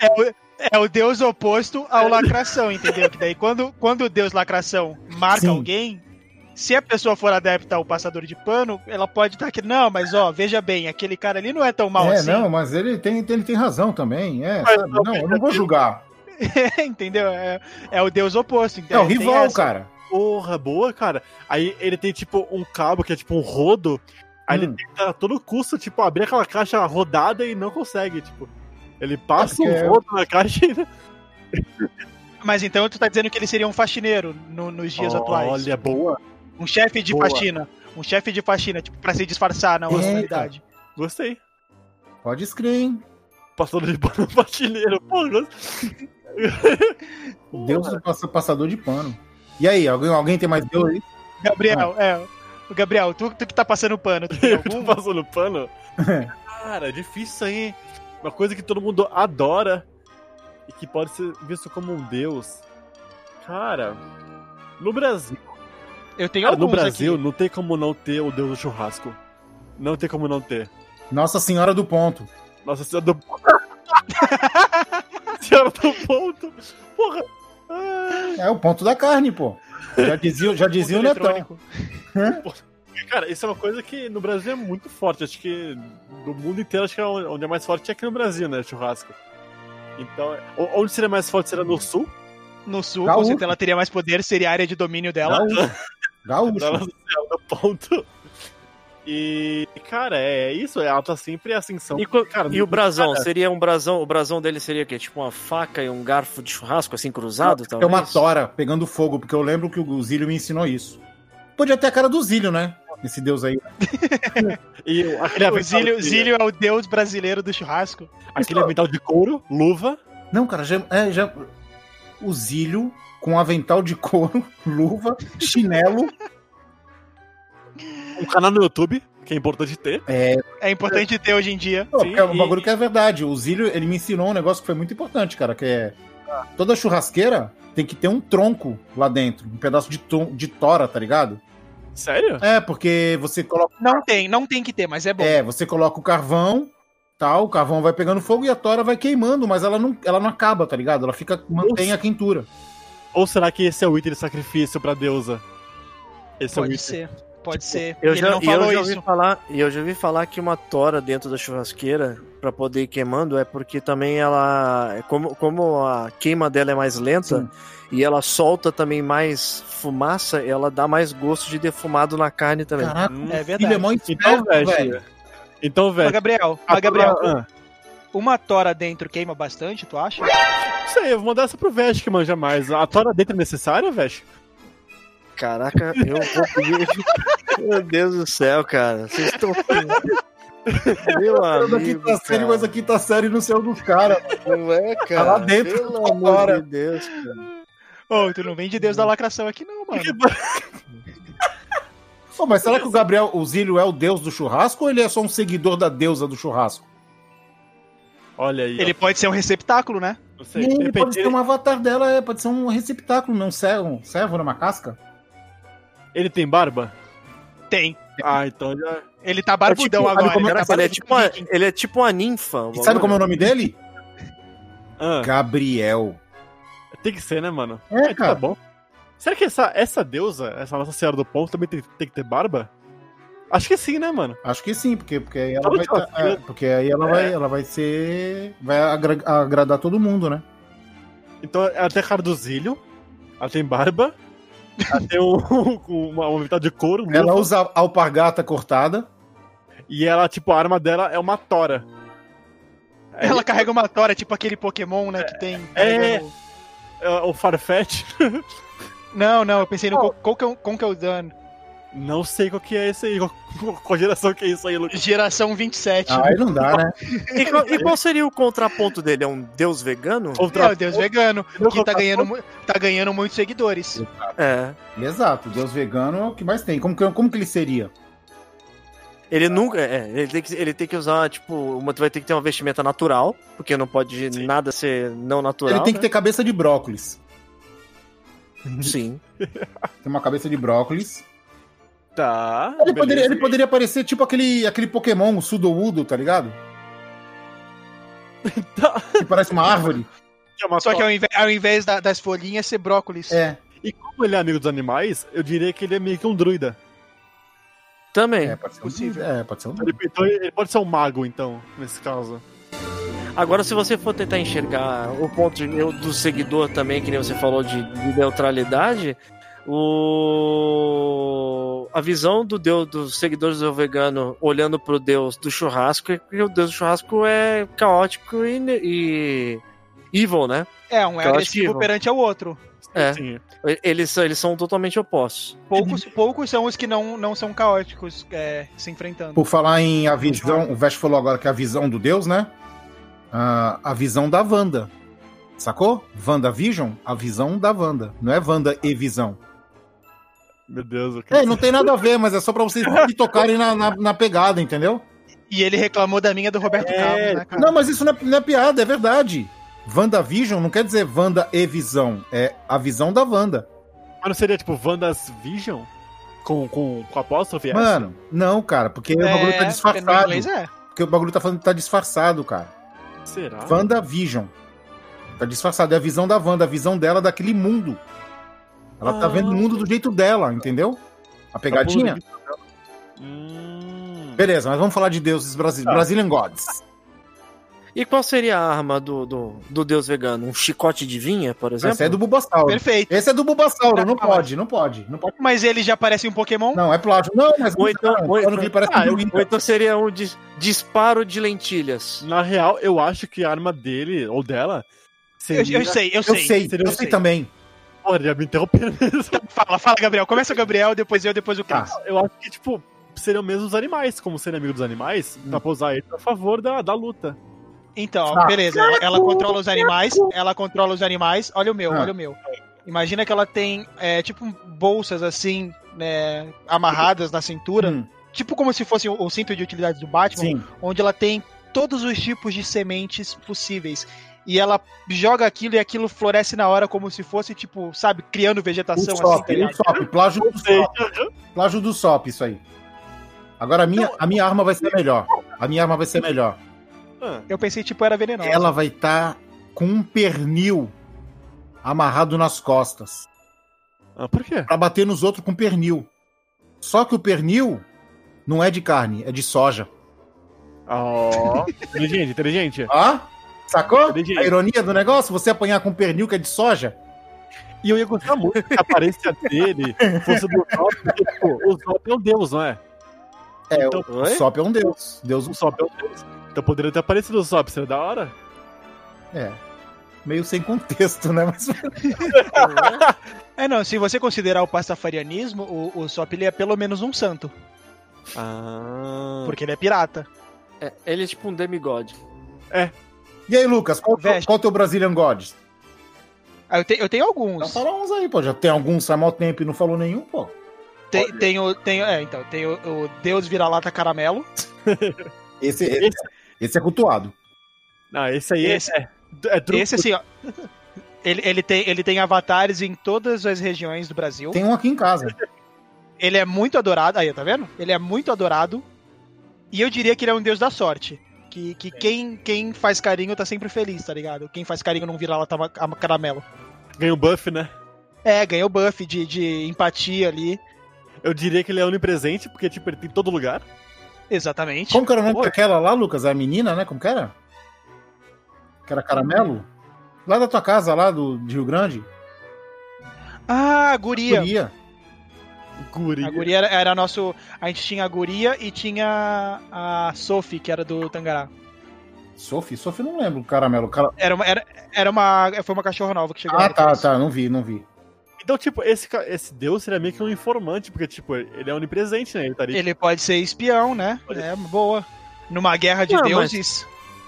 É o, é o deus oposto ao lacração, entendeu? Que daí quando, quando o deus lacração marca Sim. alguém, se a pessoa for adepta ao passador de pano, ela pode estar aqui, não, mas ó, veja bem, aquele cara ali não é tão mal é, assim, não, mas ele tem, ele tem razão também. É, Mas sabe? não, Não, eu não vou julgar. entendeu? É, é o deus oposto, É entendeu? o rival, cara. Porra, boa, cara. Aí ele tem, tipo, um cabo que é tipo um rodo. Aí Hum. ele tenta a todo custo, tipo, abrir aquela caixa rodada e não consegue, tipo. Ele passa É, um rodo na caixa e... Mas então tu tá dizendo que ele seria um faxineiro no- nos dias atuais. Olha, boa. Um chefe de boa. faxina. Um chefe de faxina, tipo, pra se disfarçar na Eita. hostilidade. Gostei. Pode escrever, hein? Passando de pano no faxineiro. Pô, gostei. Deus do passa- passador de pano. E aí, alguém, alguém tem mais Deus aí? Gabriel, é. O Gabriel, tu, tu que tá passando pano, tu tem Eu tô algum? passando pano? Cara, Hum. é difícil isso aí. Uma coisa que todo mundo adora e que pode ser visto como um deus. Cara, no Brasil. Eu tenho Cara, Ah, no alguns Brasil aqui. não tem como não ter o deus do churrasco. Não tem como não ter. Nossa Senhora do Ponto. Nossa Senhora do Ponto. Senhora do Ponto. Porra. Ah, É o ponto da carne, pô. Já dizia, já dizia o ponto Netão. eletrônico. Porra. Cara, isso é uma coisa que no Brasil é muito forte. Acho que do mundo inteiro, acho que é onde é mais forte é aqui no Brasil, né? Churrasco. Então, o- onde seria mais forte? Será no sul? No sul, Gaúcho. com certeza ela teria mais poder, seria a área de domínio dela. Gaúcho. Gaúcho. da Nossa Senhora do é Ponto. E, cara, é isso. Ela tá sempre assim. São, E, co- cara, e o brasão? Seria um brasão? O brasão dele seria o quê? Tipo uma faca e um garfo de churrasco, assim, cruzado? É talvez? uma tora pegando fogo, porque eu lembro que o Zílio me ensinou isso. Podia ter a cara do Zílio, né? Esse Deus aí. e o- aquele, O avental, Zílio, de- Zílio é o deus brasileiro do churrasco. aquele avental de couro, luva. Não, cara, já, é, já... o Zílio com avental de couro, luva, chinelo. um canal no YouTube, que é importante ter. É, É importante ter hoje em dia. pô, Sim, porque é um e- bagulho que é verdade. O Zílio, ele me ensinou um negócio que foi muito importante, cara, que é toda churrasqueira tem que ter um tronco lá dentro, um pedaço de, tron- de tora, tá ligado? Sério? É, porque você coloca Não tem, não tem que ter, mas é bom. É, você coloca o carvão, tal, o carvão vai pegando fogo e a tora vai queimando, mas ela não, ela não acaba, tá ligado? Ela fica mantém a quentura. Ou será que esse é o item de sacrifício pra deusa? Esse é o pode item. ser, pode ser. Eu Ele já, não e eu falou já isso. ouvi falar, e eu já ouvi falar que uma tora dentro da churrasqueira pra poder ir queimando é porque também ela, como, como a queima dela é mais lenta e ela solta também mais fumaça, ela dá mais gosto de defumado na carne também. Caraca, Hum. filho é É verdade. mó Então, esperto, velho. velho. Então, Mas, velho. Gabriel, mas, Gabriel, Ah, uma tora dentro queima bastante, tu acha? não sei, eu vou mandar essa pro Vesh que manja mais. A tora dentro é necessária, Vesh? Caraca, eu vou pedir. Meu Deus do céu, cara. Vocês estão. Meu Essa daqui amigo, tá sério, mas cara. aqui tá sério no céu dos caras. assim, Não é, cara. lá dentro, Pelo tá amor fora. de Deus, cara. Ô, tu não vem de deus da lacração aqui não, mano. Pô, mas será que o Gabriel, o Zílio é o deus do churrasco ou ele é só um seguidor da deusa do churrasco? Olha aí. ó. Ele pode ser um receptáculo, né? não sei. Ele, de repente, pode ser ele- um avatar dela, é, pode ser um receptáculo, não um servo, um servo numa casca. ele tem barba? Tem. Ah, então já. Ele tá barbudão tipo, agora. sabe como é- tá Caraca, ele é barbudo. tipo uma, ele é tipo uma ninfa. um E sabe bagulho. como é o nome dele? Ah, Gabriel. tem que ser, né, mano? É, então cara. Tá bom. Será que essa, essa deusa, essa Nossa Senhora do Ponto, também tem, tem que ter barba? Acho que sim, né, mano? Acho que sim, porque, porque aí ela Todo vai. dia, tá- é, porque aí ela vai, ela vai ser. Vai agra- agradar todo mundo, né? Então ela tem a cara do Zílio, ela tem barba, ela tem um, uma, uma metade de couro, Ela luva, usa a alpargata cortada. e ela, tipo, a arma dela é uma tora. Ela carrega uma tora, tipo aquele Pokémon, né? Que tem. É. carregando- É O Farfetch, Não, não, eu pensei no Con- Conquer- Conkeldun. não sei qual que é esse aí, qual, qual geração que é isso aí, Lucas. Geração 27. Aí não dá, né? E qual, e qual seria o contraponto dele? É um deus vegano? Meu Deus, vegano. Não, Que tá contraponto. ganhando, mu- tá ganhando muitos seguidores. É. Exato, Deus vegano é o que mais tem. Como que, como que ele seria? Ele nunca. É, ele tem que, ele tem que usar, tipo, uma, vai ter que ter uma vestimenta natural, porque não pode nada ser não natural. né? ele tem que ter cabeça de brócolis. ter. Sim. Tem uma cabeça de brócolis. Tá. Ele poderia, beleza. ele poderia parecer tipo aquele, aquele Pokémon, o Sudowoodo, tá ligado? Tá. Que parece uma árvore. É uma Só que tora. ao invés, ao invés da- das folhinhas ser brócolis. É, E como ele é amigo dos animais, eu diria que ele é meio que um druida. Também. é pode ser possível. É, pode ser um. Ele- Então ele pode ser um mago, então, nesse caso. Agora, se você for tentar enxergar o ponto de- eu- do seguidor também, que nem você falou de, de neutralidade, o... a visão do deus dos seguidores do vegano olhando pro deus do churrasco é que o deus do churrasco é caótico e, ne- e evil, né? É, um é Eu acho agressivo que- perante ao outro. É. Sim. Eles, são- eles são totalmente opostos. Poucos, poucos são os que não, não são caóticos é, se enfrentando. Por falar em a visão, o Vest falou agora que é a visão do Deus, né? Ah, a visão da Wanda. Sacou? WandaVision, a visão da Wanda. Não é Wanda e visão. Meu Deus, o que É, não tem nada a ver, mas é só pra vocês se tocarem na, na, na pegada, entendeu? E ele reclamou da minha do Roberto É. Carlos, né, cara? Não, mas isso não é, não é piada, é verdade. WandaVision não quer dizer Wanda e visão. É a visão da Wanda. Mas não seria tipo Wanda's Vision? Com, com, com apóstrofe? Mano, não, cara, porque o bagulho tá É, porque no disfarçado. inglês é. Porque o bagulho tá falando que tá disfarçado, cara. Ah. Essa? Será? é WandaVision. Tá disfarçada. É a visão da Wanda, a visão dela daquele mundo. Ela tá Ah. vendo o mundo do jeito dela, entendeu? A Tá pegadinha? Hum. Beleza, mas vamos falar de deuses brasi Tá. Brazilian Gods. E qual seria a arma do, do, do deus vegano? Um chicote de vinha, por exemplo? Esse é do Bulbasauro. Perfeito. Esse é do Bulbasauro, não pode, não pode. Não, pode. Mas ele já parece um Pokémon? não é plágio. Não, mas Ou então- não, ou- falando que ele parece Ah, um eu- druida. ou então seria um dis- disparo de lentilhas. Na real, eu acho que a arma dele ou dela Eu, seria. eu sei, eu Eu sei. sei, seria- eu sei também. Olha, me interrompendo. Fala, fala, Gabriel. Começa o Gabriel, depois eu, depois o Tá. Cris. eu acho que, tipo, seriam mesmo os animais. Como serem amigo dos animais, dá Hum. pra usar ele a favor da, da luta. Então, Tá. beleza. Ela controla os animais. Ela controla os animais. Olha o meu, Ah. olha o meu. Imagina que ela tem, é, tipo, bolsas assim, né, amarradas na cintura. Hum, Tipo como se fosse o o cinto de utilidades do Batman. sim. tá onde ela tem todos os tipos de sementes possíveis. E ela joga aquilo e aquilo floresce na hora como se fosse, tipo, sabe, criando vegetação assim, tá Usopp, ligado? né? Usopp, plágio do Sop. Plágio do Sop, isso aí. Agora a Então, minha, a minha arma vai ser melhor. A minha arma vai ser melhor. Eu pensei, tipo, era venenosa. Ela vai estar com um pernil amarrado nas costas Ah, por quê? Pra bater nos outros com um pernil. Só que o pernil não é de carne, é de soja. Ó. inteligente, inteligente. Ah? Sacou? Entendi. A ironia do negócio, você apanhar com pernil que é de soja? E eu ia gostar muito que a aparência dele fosse do Zop, porque, pô, o Zop é um deus, não é? É, Então, o Sop é um deus. Deus o Zop é um deus. Então poderia ter aparecido o Zop, seria da hora. é. Meio sem contexto, né? Mas É, não, se você considerar o pastafarianismo, o, o Sop, ele é pelo menos um santo, Ah. porque ele é pirata. É, ele é tipo um demigod. E aí, Lucas, qual, Veste. qual o teu Brazilian Gods? Ah, eu, te- eu tenho Então alguns. fala uns aí, pô. Já tem alguns há mó tempo e não falou nenhum, pô. Tem, tenho, tenho, é, então, tenho o Deus Vira-Lata Caramelo. Esse, esse, esse é cultuado. Não, esse aí Esse- é. É, é Esse, assim, ó. Ele, ele, tem, ele tem avatares em todas as regiões do Brasil. Tem um aqui em casa. Ele é muito adorado. Aí, tá vendo? Ele é muito adorado. E eu diria que ele é um deus da sorte. Que, que quem, quem faz carinho tá sempre feliz, tá ligado? Quem faz carinho não vira lá tava caramelo. Ganha o buff, né? É, ganha o buff de, de empatia ali. Eu diria que ele é onipresente, porque, tipo, ele tem em todo lugar. Exatamente. Como que era o nome Oi. daquela lá, Lucas? A menina, né? Como que era? Que era caramelo? Lá da tua casa, lá do de Rio Grande? Ah, a guria. Guria. Guri. A guria era, era nosso. A gente tinha a guria e tinha a Sophie, que era do Tangará. Sophie? Sophie não lembro o caramelo. Cara... Era uma, era, era uma. Foi uma cachorra nova que chegou Ah, lá tá, depois. tá. Não vi, não vi. Então, tipo, esse, ca- esse deus seria meio que um informante, porque, tipo, ele é onipresente, né? Ele tá ali. Ele pode ser espião, né? Olha. É, boa. Numa guerra de Ah, Não, mas- deuses.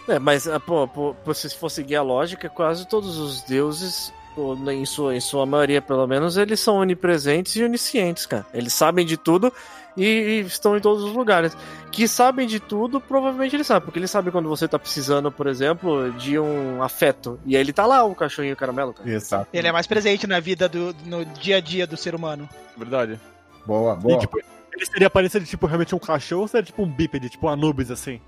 É, mas ah, pô, pô, pô, se for seguir a lógica, quase todos os deuses, ou na- em sua, em sua maioria pelo menos, eles são onipresentes e oniscientes, cara. Eles sabem de tudo e, e estão em todos os lugares. Que sabem de tudo, provavelmente eles sabem, porque eles sabem quando você tá precisando, por exemplo, de um afeto. E aí ele tá lá, o cachorrinho caramelo, cara. Exato. Ele é mais presente na vida do. no dia a dia do ser humano. Verdade. Boa, E, boa. tipo, ele seria a aparência de, tipo, realmente um cachorro ou seria, tipo, um bípede, tipo, um Anubis, assim?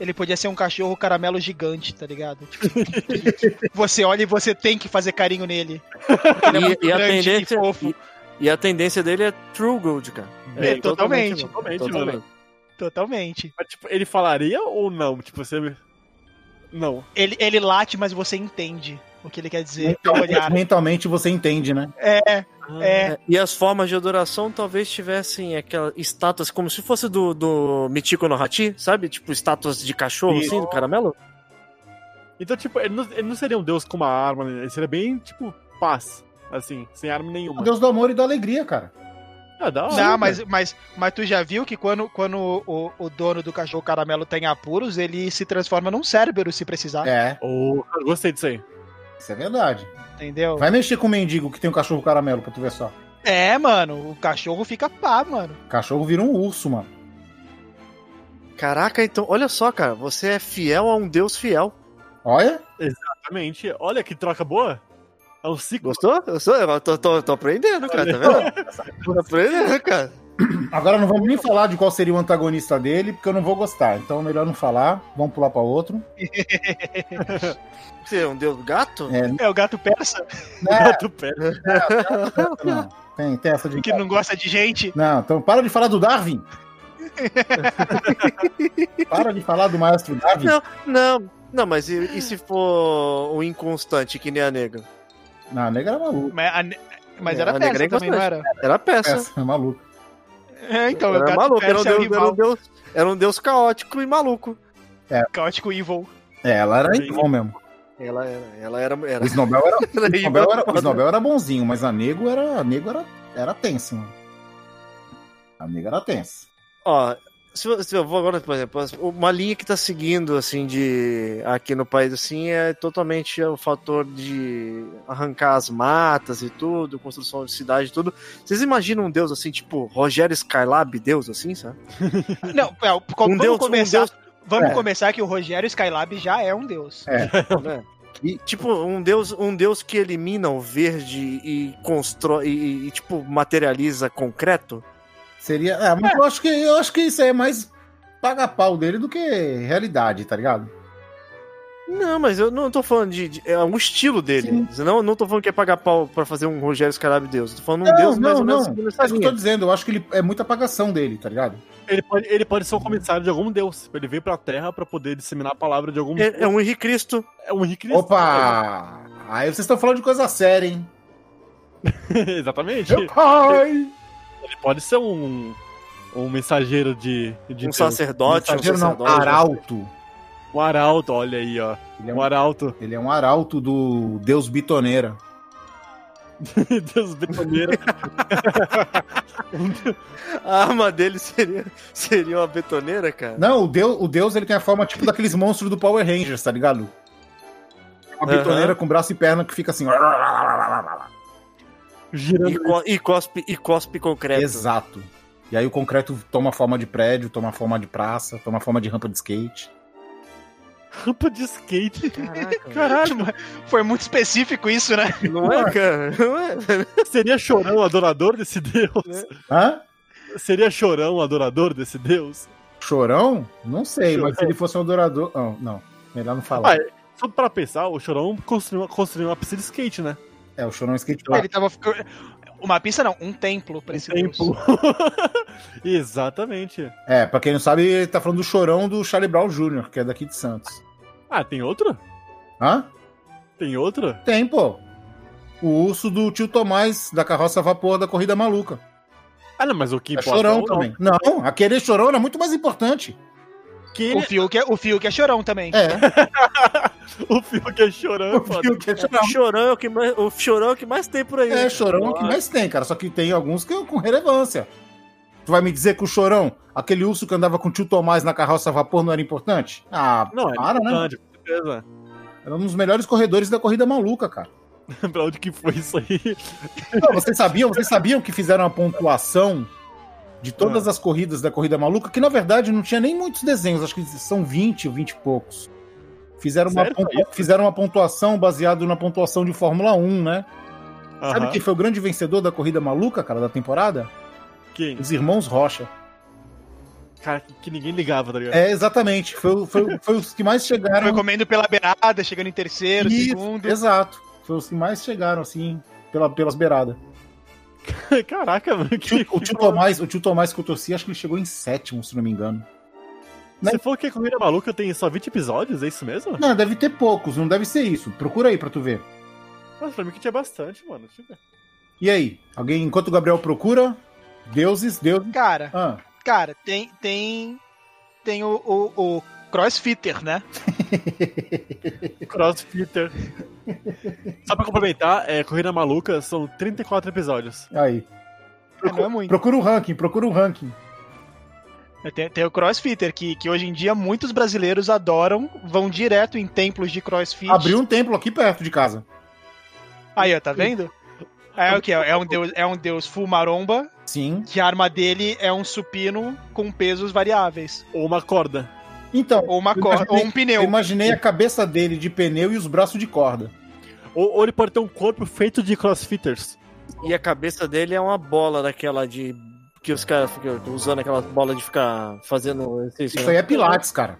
Ele podia ser um cachorro caramelo gigante, tá ligado? Tipo, que- que você olha e você tem que fazer carinho nele. Porque ele é muito E, e a grande e tendência, fofo. e, e a tendência dele é true gold, cara. É, totalmente, Totalmente, Totalmente. mano. Totalmente. Mas, tipo, ele falaria ou não? Tipo, você... Não. Ele, ele late, mas você entende o que ele quer dizer. pelo mentalmente, olhar. mentalmente você entende, né? É, é. É, E as formas de adoração talvez tivessem aquelas estátuas como se fosse do, do Michiko no Hachi, sabe? Tipo estátuas de cachorro, Sim. assim, do caramelo. Então, tipo, ele não, ele não seria um deus com uma arma, né? Ele seria bem, tipo, paz. Assim, sem arma O nenhuma. Deus do amor e da alegria, cara. Ah, da hora, Não, cara. mas, mas, mas tu já viu que quando, quando o, o dono do cachorro caramelo tem apuros, ele se transforma num cérebro se precisar, É, Ô, cara, Oh, gostei disso aí. isso é verdade. entendeu? Vai mexer com o mendigo que tem um cachorro caramelo pra tu ver só. É, mano, o cachorro fica pá, mano. Cachorro vira um urso, mano. Caraca, então, olha só, cara, você é fiel a um deus fiel. Olha, Exatamente. Olha que troca boa. É um ciclo. Gostou? Gostou? Eu tô, tô- tô aprendendo, cara, tá vendo? tô aprendendo, cara. agora não vamos nem falar de qual seria o antagonista dele, porque eu não vou gostar. Então melhor não falar. Vamos pular pra outro. Você é um deus gato? É, É o gato persa Gato pé. não, tem, tem essa de. que não gosta de gente. Não, então para de falar do Darwin. para de falar do maestro Darwin. Não. Não, não, mas e, e se for o inconstante, que nem a nega? Não, o negro era maluco. Mas, a- mas É, era a persa negra também, não era? Era peça. Essa, é maluco. É, então, o Era gato maluco, era um, persa é o deus, era, um rival deus, era um deus caótico e maluco. caótico evil. É, ela era Sim. bom mesmo. Ela era, ela era, era, O Snobel era, era o Snobel era, o foda. Snobel era bonzinho, mas a nego era, a nego era, era tenso. mano. A nego era tensa. Ó, se, eu- se eu vou agora, por exemplo, uma linha que tá seguindo, assim, de aqui no país, assim, é totalmente o fator de arrancar as matas e tudo, construção de cidade e tudo. Vocês imaginam um deus, assim, tipo Rogério Skylab, deus, assim, sabe? Não, é, o- um vamos deus, começar. um deus, Vamos É. começar que o Rogério Skylab já é um deus. né? E, tipo, um deus, um deus que elimina o verde e constrói, e, e, tipo, materializa concreto. Seria, é, mas eu acho que eu acho que isso aí é mais paga pau dele do que realidade, tá ligado? Não, mas eu não tô falando de. de- é um estilo dele. Não, não tô falando que é pagar pau pra fazer um Rogério Scarab Deus. Tô falando um Não, Deus mais não, ou menos não. seguindo essa É isso que eu tô linha. dizendo, eu acho que ele é muita apagação dele, tá ligado? Ele pode, ele pode ser um comissário de algum deus. Ele veio pra terra pra poder disseminar a palavra de algum É, é um Henri Cristo. É um Henrique Opa! Aí vocês estão falando de coisa séria, hein? Exatamente. Meu pai! Ele pode ser um, um mensageiro de, de um Deus. sacerdote, um Exagero não, sacerdote. arauto. Um arauto, olha aí, ó. Ele é Um um, arauto. ele é um arauto do Deus Bitoneira. Deus betoneiro. A arma dele seria, seria uma betoneira, cara. Não, o Deus, o Deus ele tem a forma tipo daqueles monstros do Power Rangers, tá ligado? Uma bitoneira com braço e perna que fica assim. girando. E, co- e cospe, e cospe concreto. Exato. E aí o concreto toma forma de prédio, toma forma de praça, toma forma de rampa de skate. Rampa de skate. Caraca, Caralho, É. Foi muito específico isso, né? não é, cara? Não é? seria chorão adorador desse deus? Hã? Seria chorão adorador desse deus? Chorão? Não sei, Chorão. mas se ele fosse um adorador. Não, não. Melhor não falar. Ah, Só pra pensar, o Chorão construiu, construiu uma pista de skate, né? É, o Chorão Skate Park. Ele tava ficando. Uma pista não, um templo pra esse deus. Tempo. Exatamente. É, pra quem não sabe, ele tá falando do Chorão do Charlie Brown Jr., que é daqui de Santos. Ah, tem outro? Hã? Tem outro? Tem, pô. O urso do tio Tomás, da carroça a vapor da Corrida Maluca. Ah, não, mas o que É importa chorão o também. nome. Não, aquele chorão era muito mais importante. Que O Fiuk, é, o Fiuk é chorão também. É, o Fiuk é chorão, foda. o que é chorão. Chorão é o que mais, o chorão é o que mais tem por aí. É, chorão é o que mais tem, cara. Só que tem alguns que é com relevância. Tu vai me dizer que o chorão, aquele urso que andava com o tio Tomás na carroça a vapor, não era importante? Ah, Não, é para, né? verdade, com certeza. Era um dos melhores corredores da corrida maluca, cara. pra onde que foi isso aí? Não, vocês sabiam, vocês sabiam que fizeram a pontuação de Ah. todas as corridas da Corrida Maluca, que na verdade não tinha nem muitos desenhos, acho que são 20 ou 20 e poucos. Fizeram uma, Sério, é foi pontua- fizeram uma pontuação baseada na pontuação de Fórmula 1, né? Sabe Aham. quem foi o grande vencedor da Corrida Maluca, cara, da temporada? Quem? Os irmãos Rocha. Cara, que, que ninguém ligava, tá ligado? É, exatamente. Foi, o- foi, o- foi os que mais chegaram. Foi comendo pela beirada, chegando em terceiro, Isso, segundo. Exato. Foi os que mais chegaram, assim, pela, pelas beiradas. Caraca, mano. O tio- Que... o tio Tomás, o tio Tomás que eu torci, acho que ele chegou em sétimo, se não me engano. Você falou que a Corrida Maluca tem só 20 episódios, é isso mesmo? né? Não, deve ter poucos, não deve ser isso. Procura aí pra tu ver. Nossa, pra mim que tinha bastante, mano. Deixa eu ver. E aí? Alguém, enquanto o Gabriel procura, deuses, deuses. Cara, Ah, cara, tem. Tem. Tem o, o, o Crossfitter, né? Crossfitter. Só pra complementar, é, Corrida Maluca são 34 episódios. aí. É, não é muito. É, Procura o ranking, procura o ranking. Tem, tem o Crossfitter, que, que hoje em dia muitos brasileiros adoram, vão direto em templos de Crossfit. Abriu um templo aqui perto de casa. Aí, ó, tá vendo? É o que? É um deus, é um deus full maromba, Sim. que a arma dele é um supino com pesos variáveis. Ou uma corda. Então, Ou uma corda, ou um eu pneu. imaginei a cabeça dele de pneu e os braços de corda. Ou, ou ele pode ter um corpo feito de crossfitters. E a cabeça dele é uma bola daquela de. Que os caras ficam usando aquela bola de ficar fazendo exercício. né? Isso aí é pilates, cara.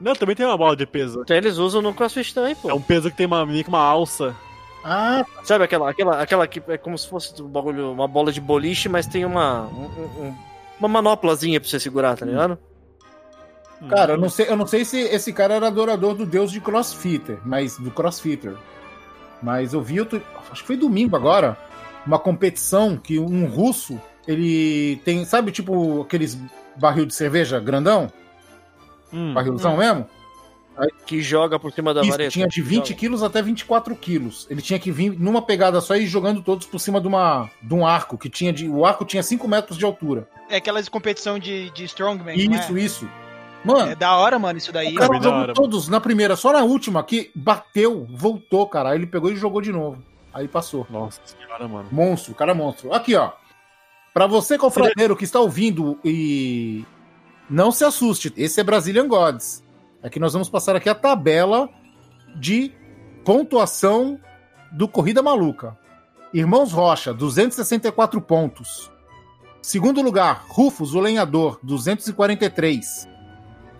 Não, também tem uma bola de peso. Então eles usam no crossfit também, pô. É um peso que tem uma, meio que uma alça. Ah, Sabe aquela, aquela, aquela que é como se fosse um bagulho, uma bola de boliche, mas tem uma. um- um- uma manopulazinha pra você segurar, tá ligado? cara, Uhum. eu não sei, eu não sei se esse cara era adorador do deus de crossfitter, mas do crossfitter. Mas eu vi, outro, acho que foi domingo agora, uma competição que um russo, ele tem, sabe, tipo aqueles barril de cerveja grandão? Uhum. Hum. barrilzão mesmo? Que joga por cima da Isso, vareta. tinha de 20 Joga. quilos até 24 quilos. Ele tinha que vir numa pegada só e ir jogando todos por cima de, uma, de um arco, que tinha de. O arco tinha 5 metros de altura. É aquelas competição de, de Strongman. não é? Isso, isso. Mano, É da hora, mano, isso daí. o cara bem da jogou hora, todos na primeira, só na última que bateu, voltou, cara. Aí ele pegou e jogou de novo. Aí passou. Nossa senhora, mano. Monstro, cara é monstro. Aqui, ó. Pra você, confradeiro, que está ouvindo e. Não se assuste, esse é Brazilian Gods. Aqui nós vamos passar aqui a tabela de pontuação do Corrida Maluca. Irmãos Rocha, 264 pontos. Segundo lugar, Rufus, o Lenhador, 243.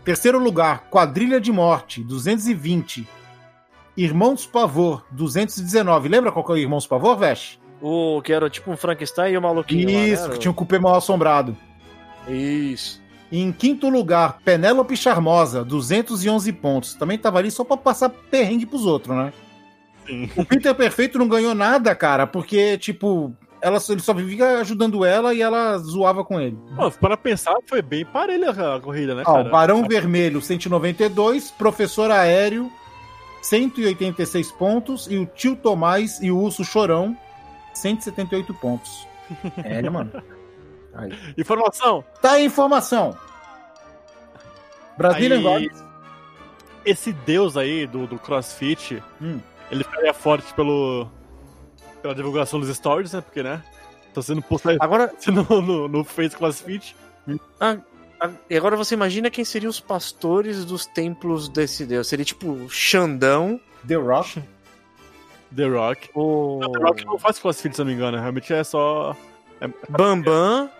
Terceiro lugar, Quadrilha de Morte, 220. Irmãos Pavor, 219. Lembra qual que é o Irmãos Pavor, Veste? O que era tipo um Frankenstein e o maluquinho. lá, né? Isso, que tinha um cupê mal assombrado. Isso. Em quinto lugar, Penélope Charmosa, 211 pontos. Também tava ali só pra passar perrengue pros outros, né? Sim. O Peter Perfeito não ganhou nada, cara, porque, tipo, ela, só- ele só vivia ajudando ela e ela zoava com ele. Pô, para pensar, foi bem parelha a corrida, né, Ó, cara? o Barão Vermelho, 192, Professor Aéreo, 186 pontos, e o Tio Tomás e o Urso Chorão, 178 pontos. É, mano. Aí. Informação! Tá aí a informação. Brasília Aí- agora. Esse deus aí do, do crossfit, Hum. ele ficaria forte pelo. pela divulgação dos stories, né? Porque, né? Tá sendo postado Agora, no, no, no Face Crossfit. a- e agora você imagina quem seriam os pastores dos templos desse deus. Seria tipo Xandão, The Rock. The Rock. o é Não, The Rock não faz crossfit, se eu não me engano. Realmente é só. Bambam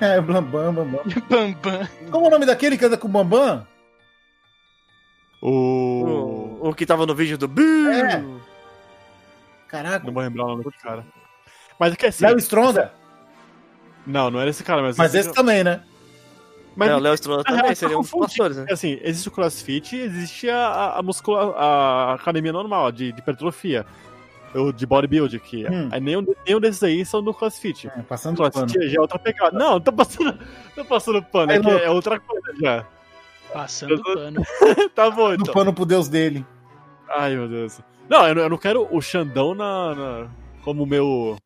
É, Blambam, Bambam. Bambam. Como é o nome daquele que anda com o Bambam? O. O, o que tava no vídeo do Bill. É. Caraca. Não vou lembrar o nome do cara. Mas é que assim. Léo Stronda? Não, não era esse cara, mas. Mas esse também, né? mas é, o Léo Stronda na real, também, tá seria um dos confundindo. pastores, né? Assim, existe o crossfit e existe a, a, a muscula- a academia normal, de, de hipertrofia. Ou de bodybuilding, que Hum. aí nenhum, nenhum desses aí são do crossfit. É, passando pano. crossfit já é outra pegada. Não, não tô passando, tô passando pano, é, Aí, que louco. é outra coisa já. Passando pano. Tá bom, Do então. pano pro Deus dele. Ai, meu Deus. Não, eu não, eu não quero o Xandão na, na- como meu...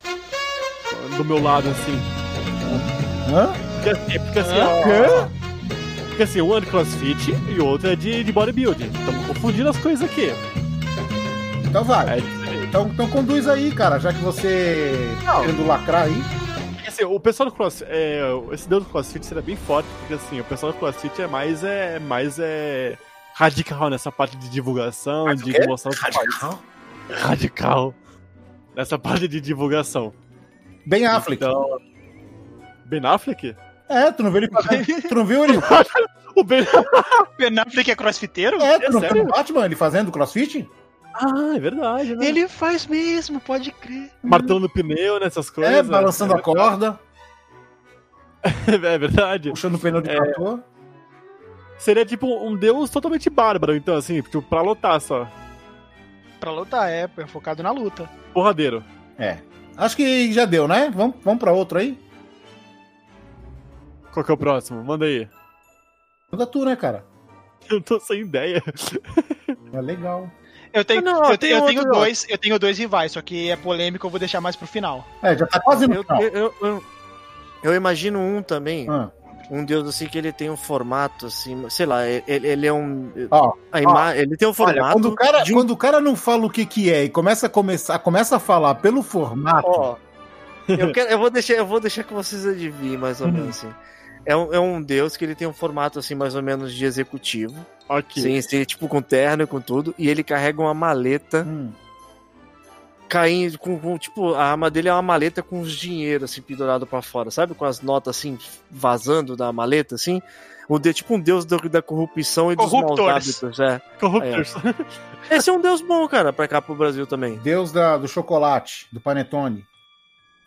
do meu lado, assim. Hã? Porque, assim- porque assim, ó, porque assim, um é de crossfit e o outro é de, de bodybuilding. Estamos confundindo as coisas aqui. Então vai. É diferente. Então, então conduz aí, cara, já que você tá querendo lacrar aí. Porque, assim, o pessoal do CrossFit, é, esse deus do CrossFit seria bem forte, porque assim, o pessoal do CrossFit é mais, é, mais é, radical nessa parte de divulgação, Mas o de quê? mostrar os Radical? pais. Radical. Nessa parte de divulgação. Bem Affleck. Então, Ben Affleck? É, tu não viu ele fazendo. tu não viu ele? O Ben Ben Affleck é crossfiteiro? É, tu não sério? viu o Batman ele fazendo crossfit? Ah, é verdade, né? Ele faz mesmo, pode crer. Martelando pneu, nessas coisas. é, balançando a corda, É verdade. puxando o pneu de É. trator. Seria tipo um deus totalmente bárbaro, então, assim, tipo, pra lotar só. Pra lutar, é, é focado na luta. Porradeiro. É. Acho que já deu, né? Vamos, vamos pra outro aí? Qual que é o próximo? Manda aí. Manda tu, né, cara? Eu tô sem ideia. É legal. Eu tenho, Ah, não, eu, te- tem eu outro tenho lá. dois, eu tenho dois rivais, só que é polêmico, eu vou deixar mais pro final. É, já tá quase no Eu, final. eu, eu- eu imagino um também, Ah, um deus assim que ele tem um formato assim, sei lá, ele, ele é um. Ó, a ima- ele tem um formato. Olha, quando o, cara, de um- quando o cara não fala o que que é e começa a, começar, começa a falar pelo formato, Ó, eu, quero- eu vou deixar, eu vou deixar que vocês adivinhem mais ou menos assim. É um, é um deus que ele tem um formato assim mais ou menos de executivo, Ok. sim, sim, tipo com terno e com tudo, e ele carrega uma maleta hum, caindo com, com, tipo a arma dele é uma maleta com os dinheiros assim pendurado pra fora, sabe, com as notas assim vazando da maleta assim. O de, tipo um deus do- da corrupção e dos maus Corruptores. hábitos, é. Corruptors. Esse é um deus bom, cara, pra cá pro Brasil também. Deus da- do chocolate, do panetone,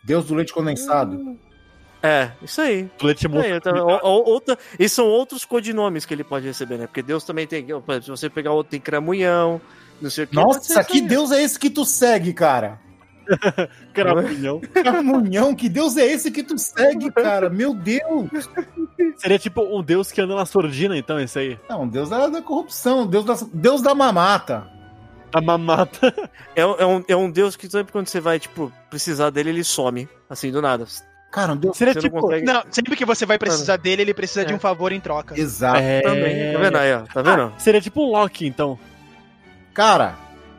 Deus do leite condensado. Hum, É, isso aí. Leite É, eu também- ou- ou- outra- e são outros codinomes que ele pode receber, né? Porque Deus também tem. por exemplo, Se você pegar outro, tem cramunhão, não sei o que. Nossa, que Deus é esse que tu segue, cara? Cramunhão. Camunhão, que Deus é esse que tu segue, cara? Meu Deus! Seria tipo um deus que anda na sordina, então, esse aí. Não, Deus da, da corrupção, Deus da, Deus da mamata. A mamata. É, um- é um, é um Deus que sempre quando você vai, tipo, precisar dele, ele some. Assim, do nada. Você Cara, um Deus. Seria não tipo. consegue. Não, sempre que você vai precisar dele, ele precisa É. de um favor em troca. Exato. É... Também. Tá vendo aí, ó? Tá vendo? Seria tipo um Loki, então. Cara,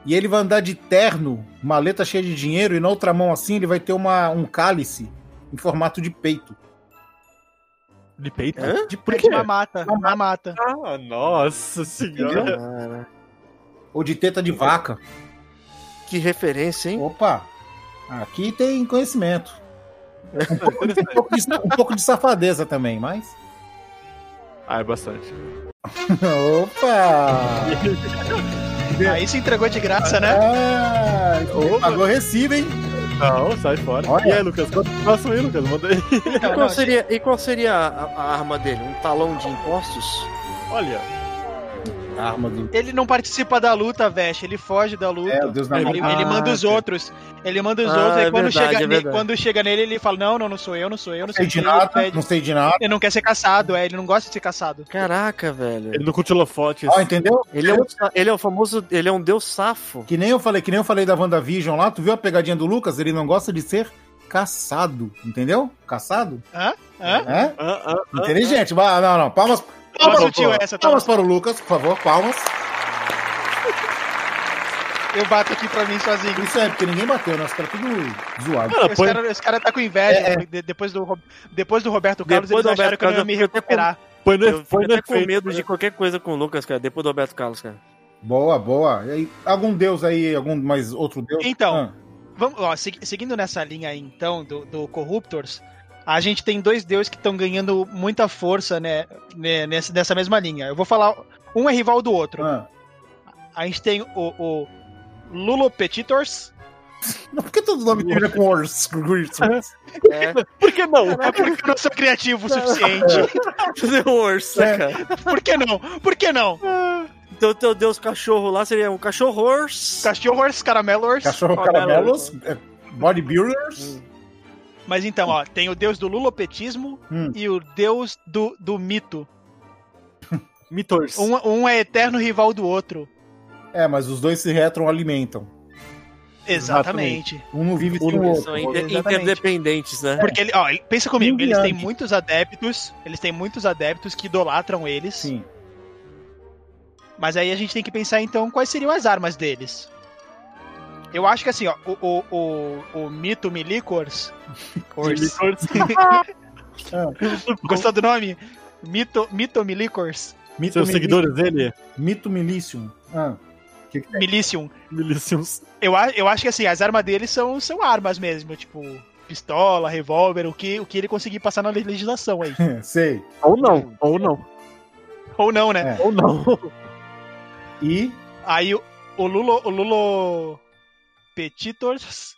e ele vai andar de terno, maleta cheia de dinheiro, e na outra mão assim ele vai ter uma, um cálice em formato de peito. De peito. Hã? De É por de quê? mamata, mamata. Ah, nossa senhora. Cara, Ou de teta de vaca. que referência, hein? Opa! Aqui tem conhecimento. Um pouco, um pouco de, um pouco de safadeza também, mas. Ah, é bastante. Opa! Aí se entregou de graça, né? Ah, Opa. pagou recibo, hein? Não, sai fora. Olha. E aí, Lucas? Qual é o próximo aí, Lucas? Manda aí. Então, E qual não, seria, e qual seria a, a arma dele? Um talão de impostos? Olha. Arma do. Ele não participa da luta, Vesh, ele foge da luta. É, o Deus da Ele- Ele, mamata. ele manda os Ah, outros. Ele manda os Ah, outros, aí é quando, verdade, chega é ne- verdade. quando chega nele, ele fala: Não, não, não sou eu, não sou eu, não Não sei sei o que. de Ele, nada, pede- não sei de nada. ele não quer ser caçado, é, ele não gosta de ser caçado. Caraca, velho. Ele não curte holofotes. Ó, entendeu? Ele é, um, sa- ele é o famoso. Ele é um deus safo. Que nem eu falei, que nem eu falei da WandaVision lá, tu viu a pegadinha do Lucas? Ele não gosta de ser caçado, entendeu? Caçado? Hã? Hã? É? Ah, ah, ah. Inteligente, vai, não, não, palmas, Toma, Tá bom, sutil pô. essa, toma. palmas para o Lucas, por favor, palmas. Eu bato aqui pra mim sozinho. Isso é, porque ninguém bateu, né? Os caras tudo zoado. Cara, Esse põe- cara, esse cara tá com inveja. É, de- Depois, do, Ro- depois do Roberto Carlos, Depois do eles acharam Roberto que eu não ia Carlos, me eu fico até com- recuperar. Põe no Eu põe fico no até com efeito. né? medo de qualquer coisa com o Lucas, cara. Depois do Roberto Carlos, cara. Boa, boa. E aí, algum deus aí, algum mais outro deus? Então, Ah, Vamos, ó, segui- seguindo nessa linha aí, então, do, do Corruptors, a gente tem dois deuses que estão ganhando muita força, né, né, nessa, nessa mesma linha. Eu vou falar, um é rival do outro. Ah. A gente tem o, o Lulopetitors. Mas Por que todo nome termina com Ors? com Ors? É. Por que não? É porque eu não sou criativo o suficiente. Fazer um urso, É. cara. Por que não? Por que não? Então teu deus cachorro lá seria um cachorro urso. Cachorros, caramelors. Cachorro caramelos, é, bodybuilders. Mas então, ó, tem o deus do lulopetismo Hum. e o deus do, do mito. Mitors. Um, um é eterno rival do outro. É, mas os dois se retroalimentam. Exatamente. Um não vive sem o Eles outro. São inter- Exatamente. interdependentes, né? Porque ele, ó, ele- pensa comigo, Yin e eles têm Yang. muitos adeptos, eles têm muitos adeptos que idolatram eles. Sim. Mas aí a gente tem que pensar então quais seriam as armas deles. Eu acho que assim, ó, o, o, o, o mito Milicors. Ors. Mitors. Gostou do nome? Mito, mito Milicors? Mito Seus milicium. seguidores dele? Mito milicium. Ah. Que que é? Milicium. Milicius. Eu, a- eu acho que assim, as armas dele são, são armas mesmo, tipo, pistola, revólver, o que, o que ele conseguir passar na legislação aí. Sei. Ou não, ou não. Ou não, né? É. Ou não. E Aí o, o Lulo. O Lulo. Petitors.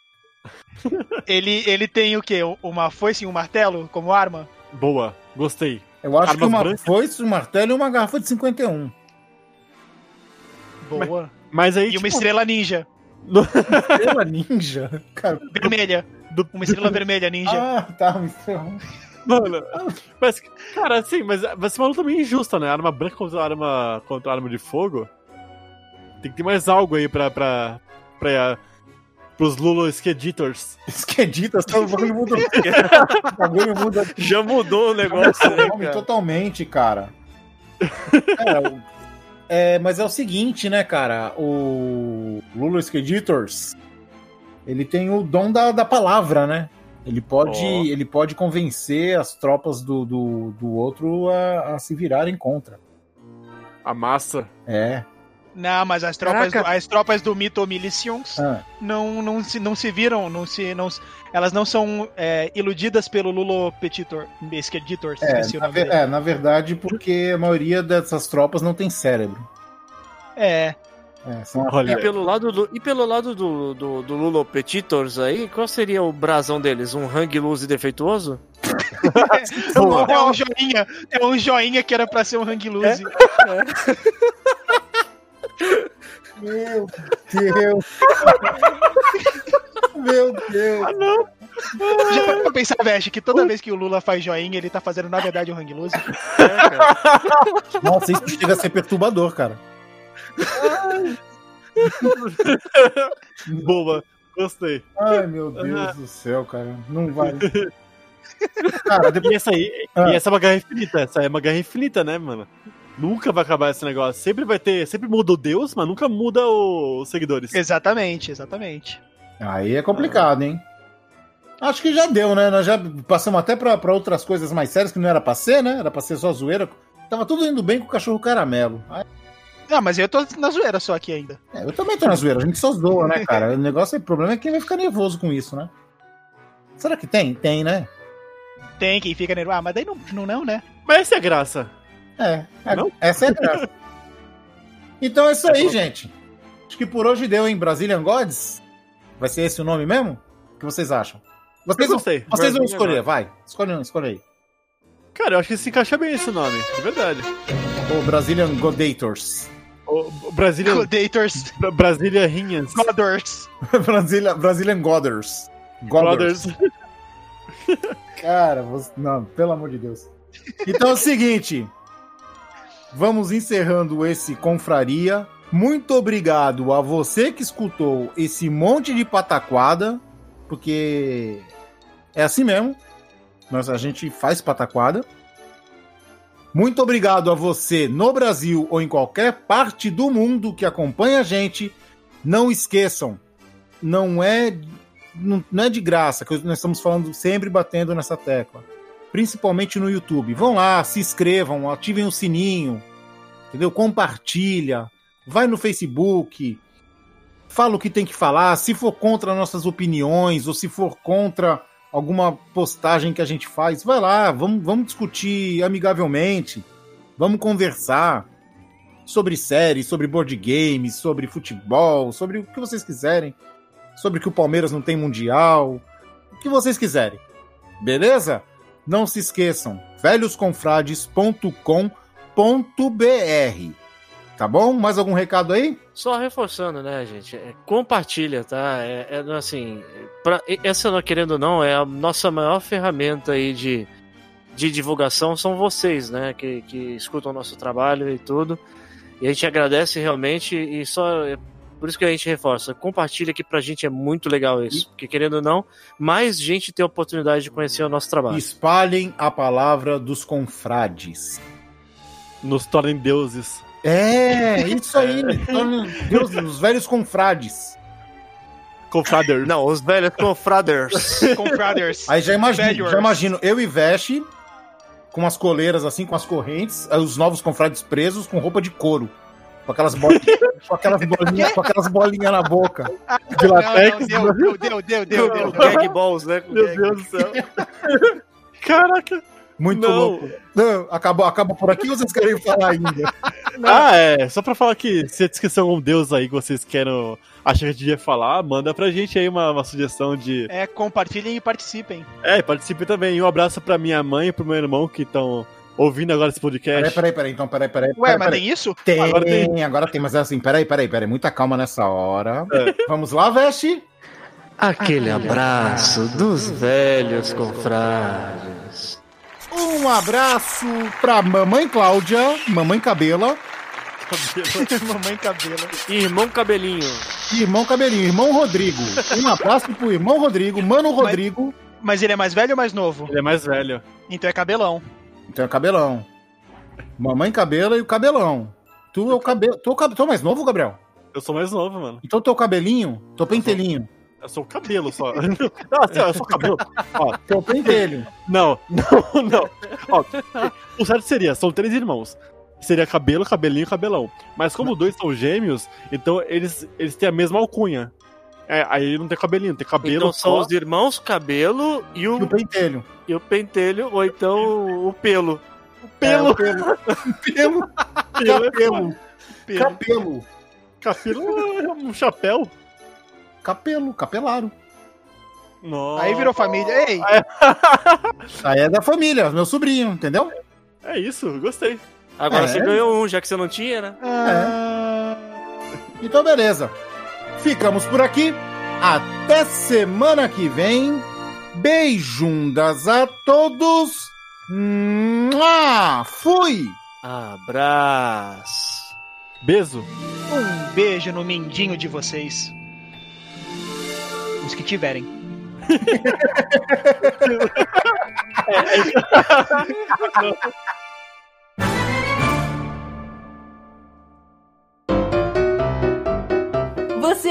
ele, ele tem o quê? Uma foice e um martelo como arma? Boa, gostei. eu acho Armas que uma brancas? foice, um martelo e um. uma garrafa de 51. Boa. Mas aí, E uma tipo, estrela ninja. Estrela ninja? Cara, Vermelha. Uma estrela vermelha ninja. ah, tá. Então. mano, mas, cara, assim, mas vai ser uma luta meio injusta, né? Arma branca contra arma, contra arma de fogo. Tem que ter mais algo aí pra, pra, pra, pros Lulo Skeditors. Esqueditas, tá, o bagulho muda. o bagulho muda Já mudou o negócio, né, Nome cara? totalmente, cara. Cara, o- é, mas é o seguinte, né, cara? O Lula Editors, ele tem o dom da, da palavra, né? Ele pode, Ó. ele pode convencer as tropas do, do, do outro a, a se virarem contra. A massa. É. Não, mas as tropas, do, Caraca. as tropas do Mito Miliciums Ah, não, não, se, não se viram, não se, não, se- elas não são é, iludidas pelo Lulo Petitor, Esqueditor, esqueci é, o na, nome ver- dele. é, na verdade, porque a maioria dessas tropas não tem cérebro. É, É, são E Olha, pelo lado do, e pelo lado do, do, do Lulo Petitors aí, qual seria o brasão deles? Um hang loose defeituoso? boa. é um joinha, é um joinha que era pra ser um Hang É? Loose. Meu Deus! Meu Deus! Já parou Ah. pra pensar, Veste, que toda vez que o Lula faz joinha, ele tá fazendo, na verdade, o Hang Loose? É, cara. Nossa, isso chega a ser perturbador, cara. boa. Gostei. Ai, meu Deus do céu, cara. Não vai. Cara, depois... E essa aí, Ah. e essa é uma guerra infinita. Essa aí é uma guerra infinita, né, mano? Nunca vai acabar esse negócio. Sempre vai ter. Sempre muda o Deus, mas nunca muda o- os seguidores. Exatamente, exatamente. Aí é complicado, hein? Acho que já deu, né? Nós já passamos até pra, pra outras coisas mais sérias que não era pra ser, né? Era pra ser só zoeira. Tava tudo indo bem com o cachorro caramelo. Aí- Ah, mas eu tô na zoeira só aqui ainda. é, eu também tô na zoeira, a gente só zoa, né, cara? O negócio é o problema é que vai ficar nervoso com isso, né? Será que tem? Tem, né? Tem quem fica nervoso. Ah, mas daí não, não, não né? Mas essa é a graça. É, é- Não? essa é a graça. Então é isso aí, gente. Acho que por hoje deu, hein? Brazilian Gods? Vai ser esse o nome mesmo? O que vocês acham? Vocês, Eu gostei. vocês vão Brazilian escolher, vai. Escolhe um, escolhe aí. Cara, eu acho que se encaixa bem esse nome, de verdade. O Brazilian Godators. O o Brasília, Dators, Bra- Brasília Rinhas. Godors. Brasilia, Brazilian Godders. Brothers. Cara, você- não, pelo amor de Deus. Então é o seguinte, vamos encerrando esse confraria. Muito obrigado a você que escutou esse monte de pataquada, porque é assim mesmo. Nós a gente faz pataquada. Muito obrigado a você no Brasil ou em qualquer parte do mundo que acompanha a gente. Não esqueçam, não é não, não é de graça, que nós estamos falando sempre batendo nessa tecla. Principalmente no YouTube. Vão lá, se inscrevam, ativem o sininho, entendeu? Compartilha, vai no Facebook, fala o que tem que falar. Se for contra nossas opiniões, ou se for contra alguma postagem que a gente faz, vai lá, vamos, vamos discutir amigavelmente, vamos conversar sobre séries, sobre board games, sobre futebol, sobre o que vocês quiserem, sobre que o Palmeiras não tem mundial, o que vocês quiserem. Beleza? Não se esqueçam, velhosconfrades.com.br. Tá bom? Mais algum recado aí? Só reforçando, né, gente? é, compartilha, tá? É, é, assim, pra, e- essa não querendo ou não é a nossa maior ferramenta aí de, de divulgação são vocês, né? Que, que escutam o nosso trabalho e tudo. E a gente agradece realmente e só é por isso que a gente reforça. Compartilha que pra gente é muito legal isso, porque querendo ou não, mais gente tem a oportunidade de conhecer o nosso trabalho. Espalhem a palavra dos confrades. Nos tornem deuses. É, isso aí. Então, meu Deus, os velhos confrades. Confrader. Não, os velhos confraders. Compraders. Aí já imagino, Velhos. já imagino eu e Veste com as coleiras assim, com as correntes, aí os novos confrades presos com roupa de couro. Com aquelas bolinhas, com aquelas bolinhas, com aquelas bolinhas na boca. de latex. Não, não, deu, deu, deu, deu, deu, deu. Gag balls, né? Meu Deus do céu. Caraca. Muito Não. louco. Não, acabou, acabou por aqui ou vocês querem falar ainda? Ah, é. Só pra falar que se a descrição é um deus aí que vocês querem. Acham que a gente devia falar, manda pra gente aí uma, uma sugestão de. É, compartilhem e participem. É, participe também. E um abraço pra minha mãe e pro meu irmão que estão ouvindo agora esse podcast. Peraí, peraí, peraí, então, peraí, peraí. Ué, peraí, mas peraí. tem isso? Tem, agora Agora tem, tem. mas é assim, peraí, peraí, peraí, muita calma nessa hora. É. Vamos lá, Veste. Aquele abraço dos velhos confrades. Um abraço pra mamãe Cláudia, mamãe Cabela, Mamãe cabelo. Irmão Cabelinho. e irmão Cabelinho, irmão Rodrigo. Um abraço pro irmão Rodrigo, mano Rodrigo. Mas ele é mais velho ou mais novo? Ele é mais velho. Então é cabelão. Então é cabelão. Mamãe Cabela e o cabelão. Tu é o cabelo. Tu, é o cabe- tu é mais novo, Gabriel? Eu sou mais novo, mano. Então teu cabelinho, teu pentelinho. Eu sou o cabelo só. não, assim, ó, eu sou o cabelo. Ó, Teu pentelho. não, não, não. Ó, o certo seria, são três irmãos. Seria cabelo, cabelinho e cabelão. Mas como dois são gêmeos, então eles, eles têm a mesma alcunha. É, aí não tem cabelinho, tem cabelo Então são só. os irmãos Cabelo e E o o, pentelho. e o Pentelho, ou então o Pelo. É, o pelo. pelo. Pelo é Capelo. Cabelo, Capelo. cabelo é um chapéu. Capelo, capelaro. Nossa. Aí virou família. Ei, Aí é da família, meu sobrinho, entendeu? É isso, gostei. Agora É. você ganhou um, já que você não tinha, né? Então, beleza. Ficamos por aqui. Até semana que vem. Beijundas a todos. Mua! Fui! Abraço. Beijo. um beijo no mindinho de vocês. Os que tiverem. Você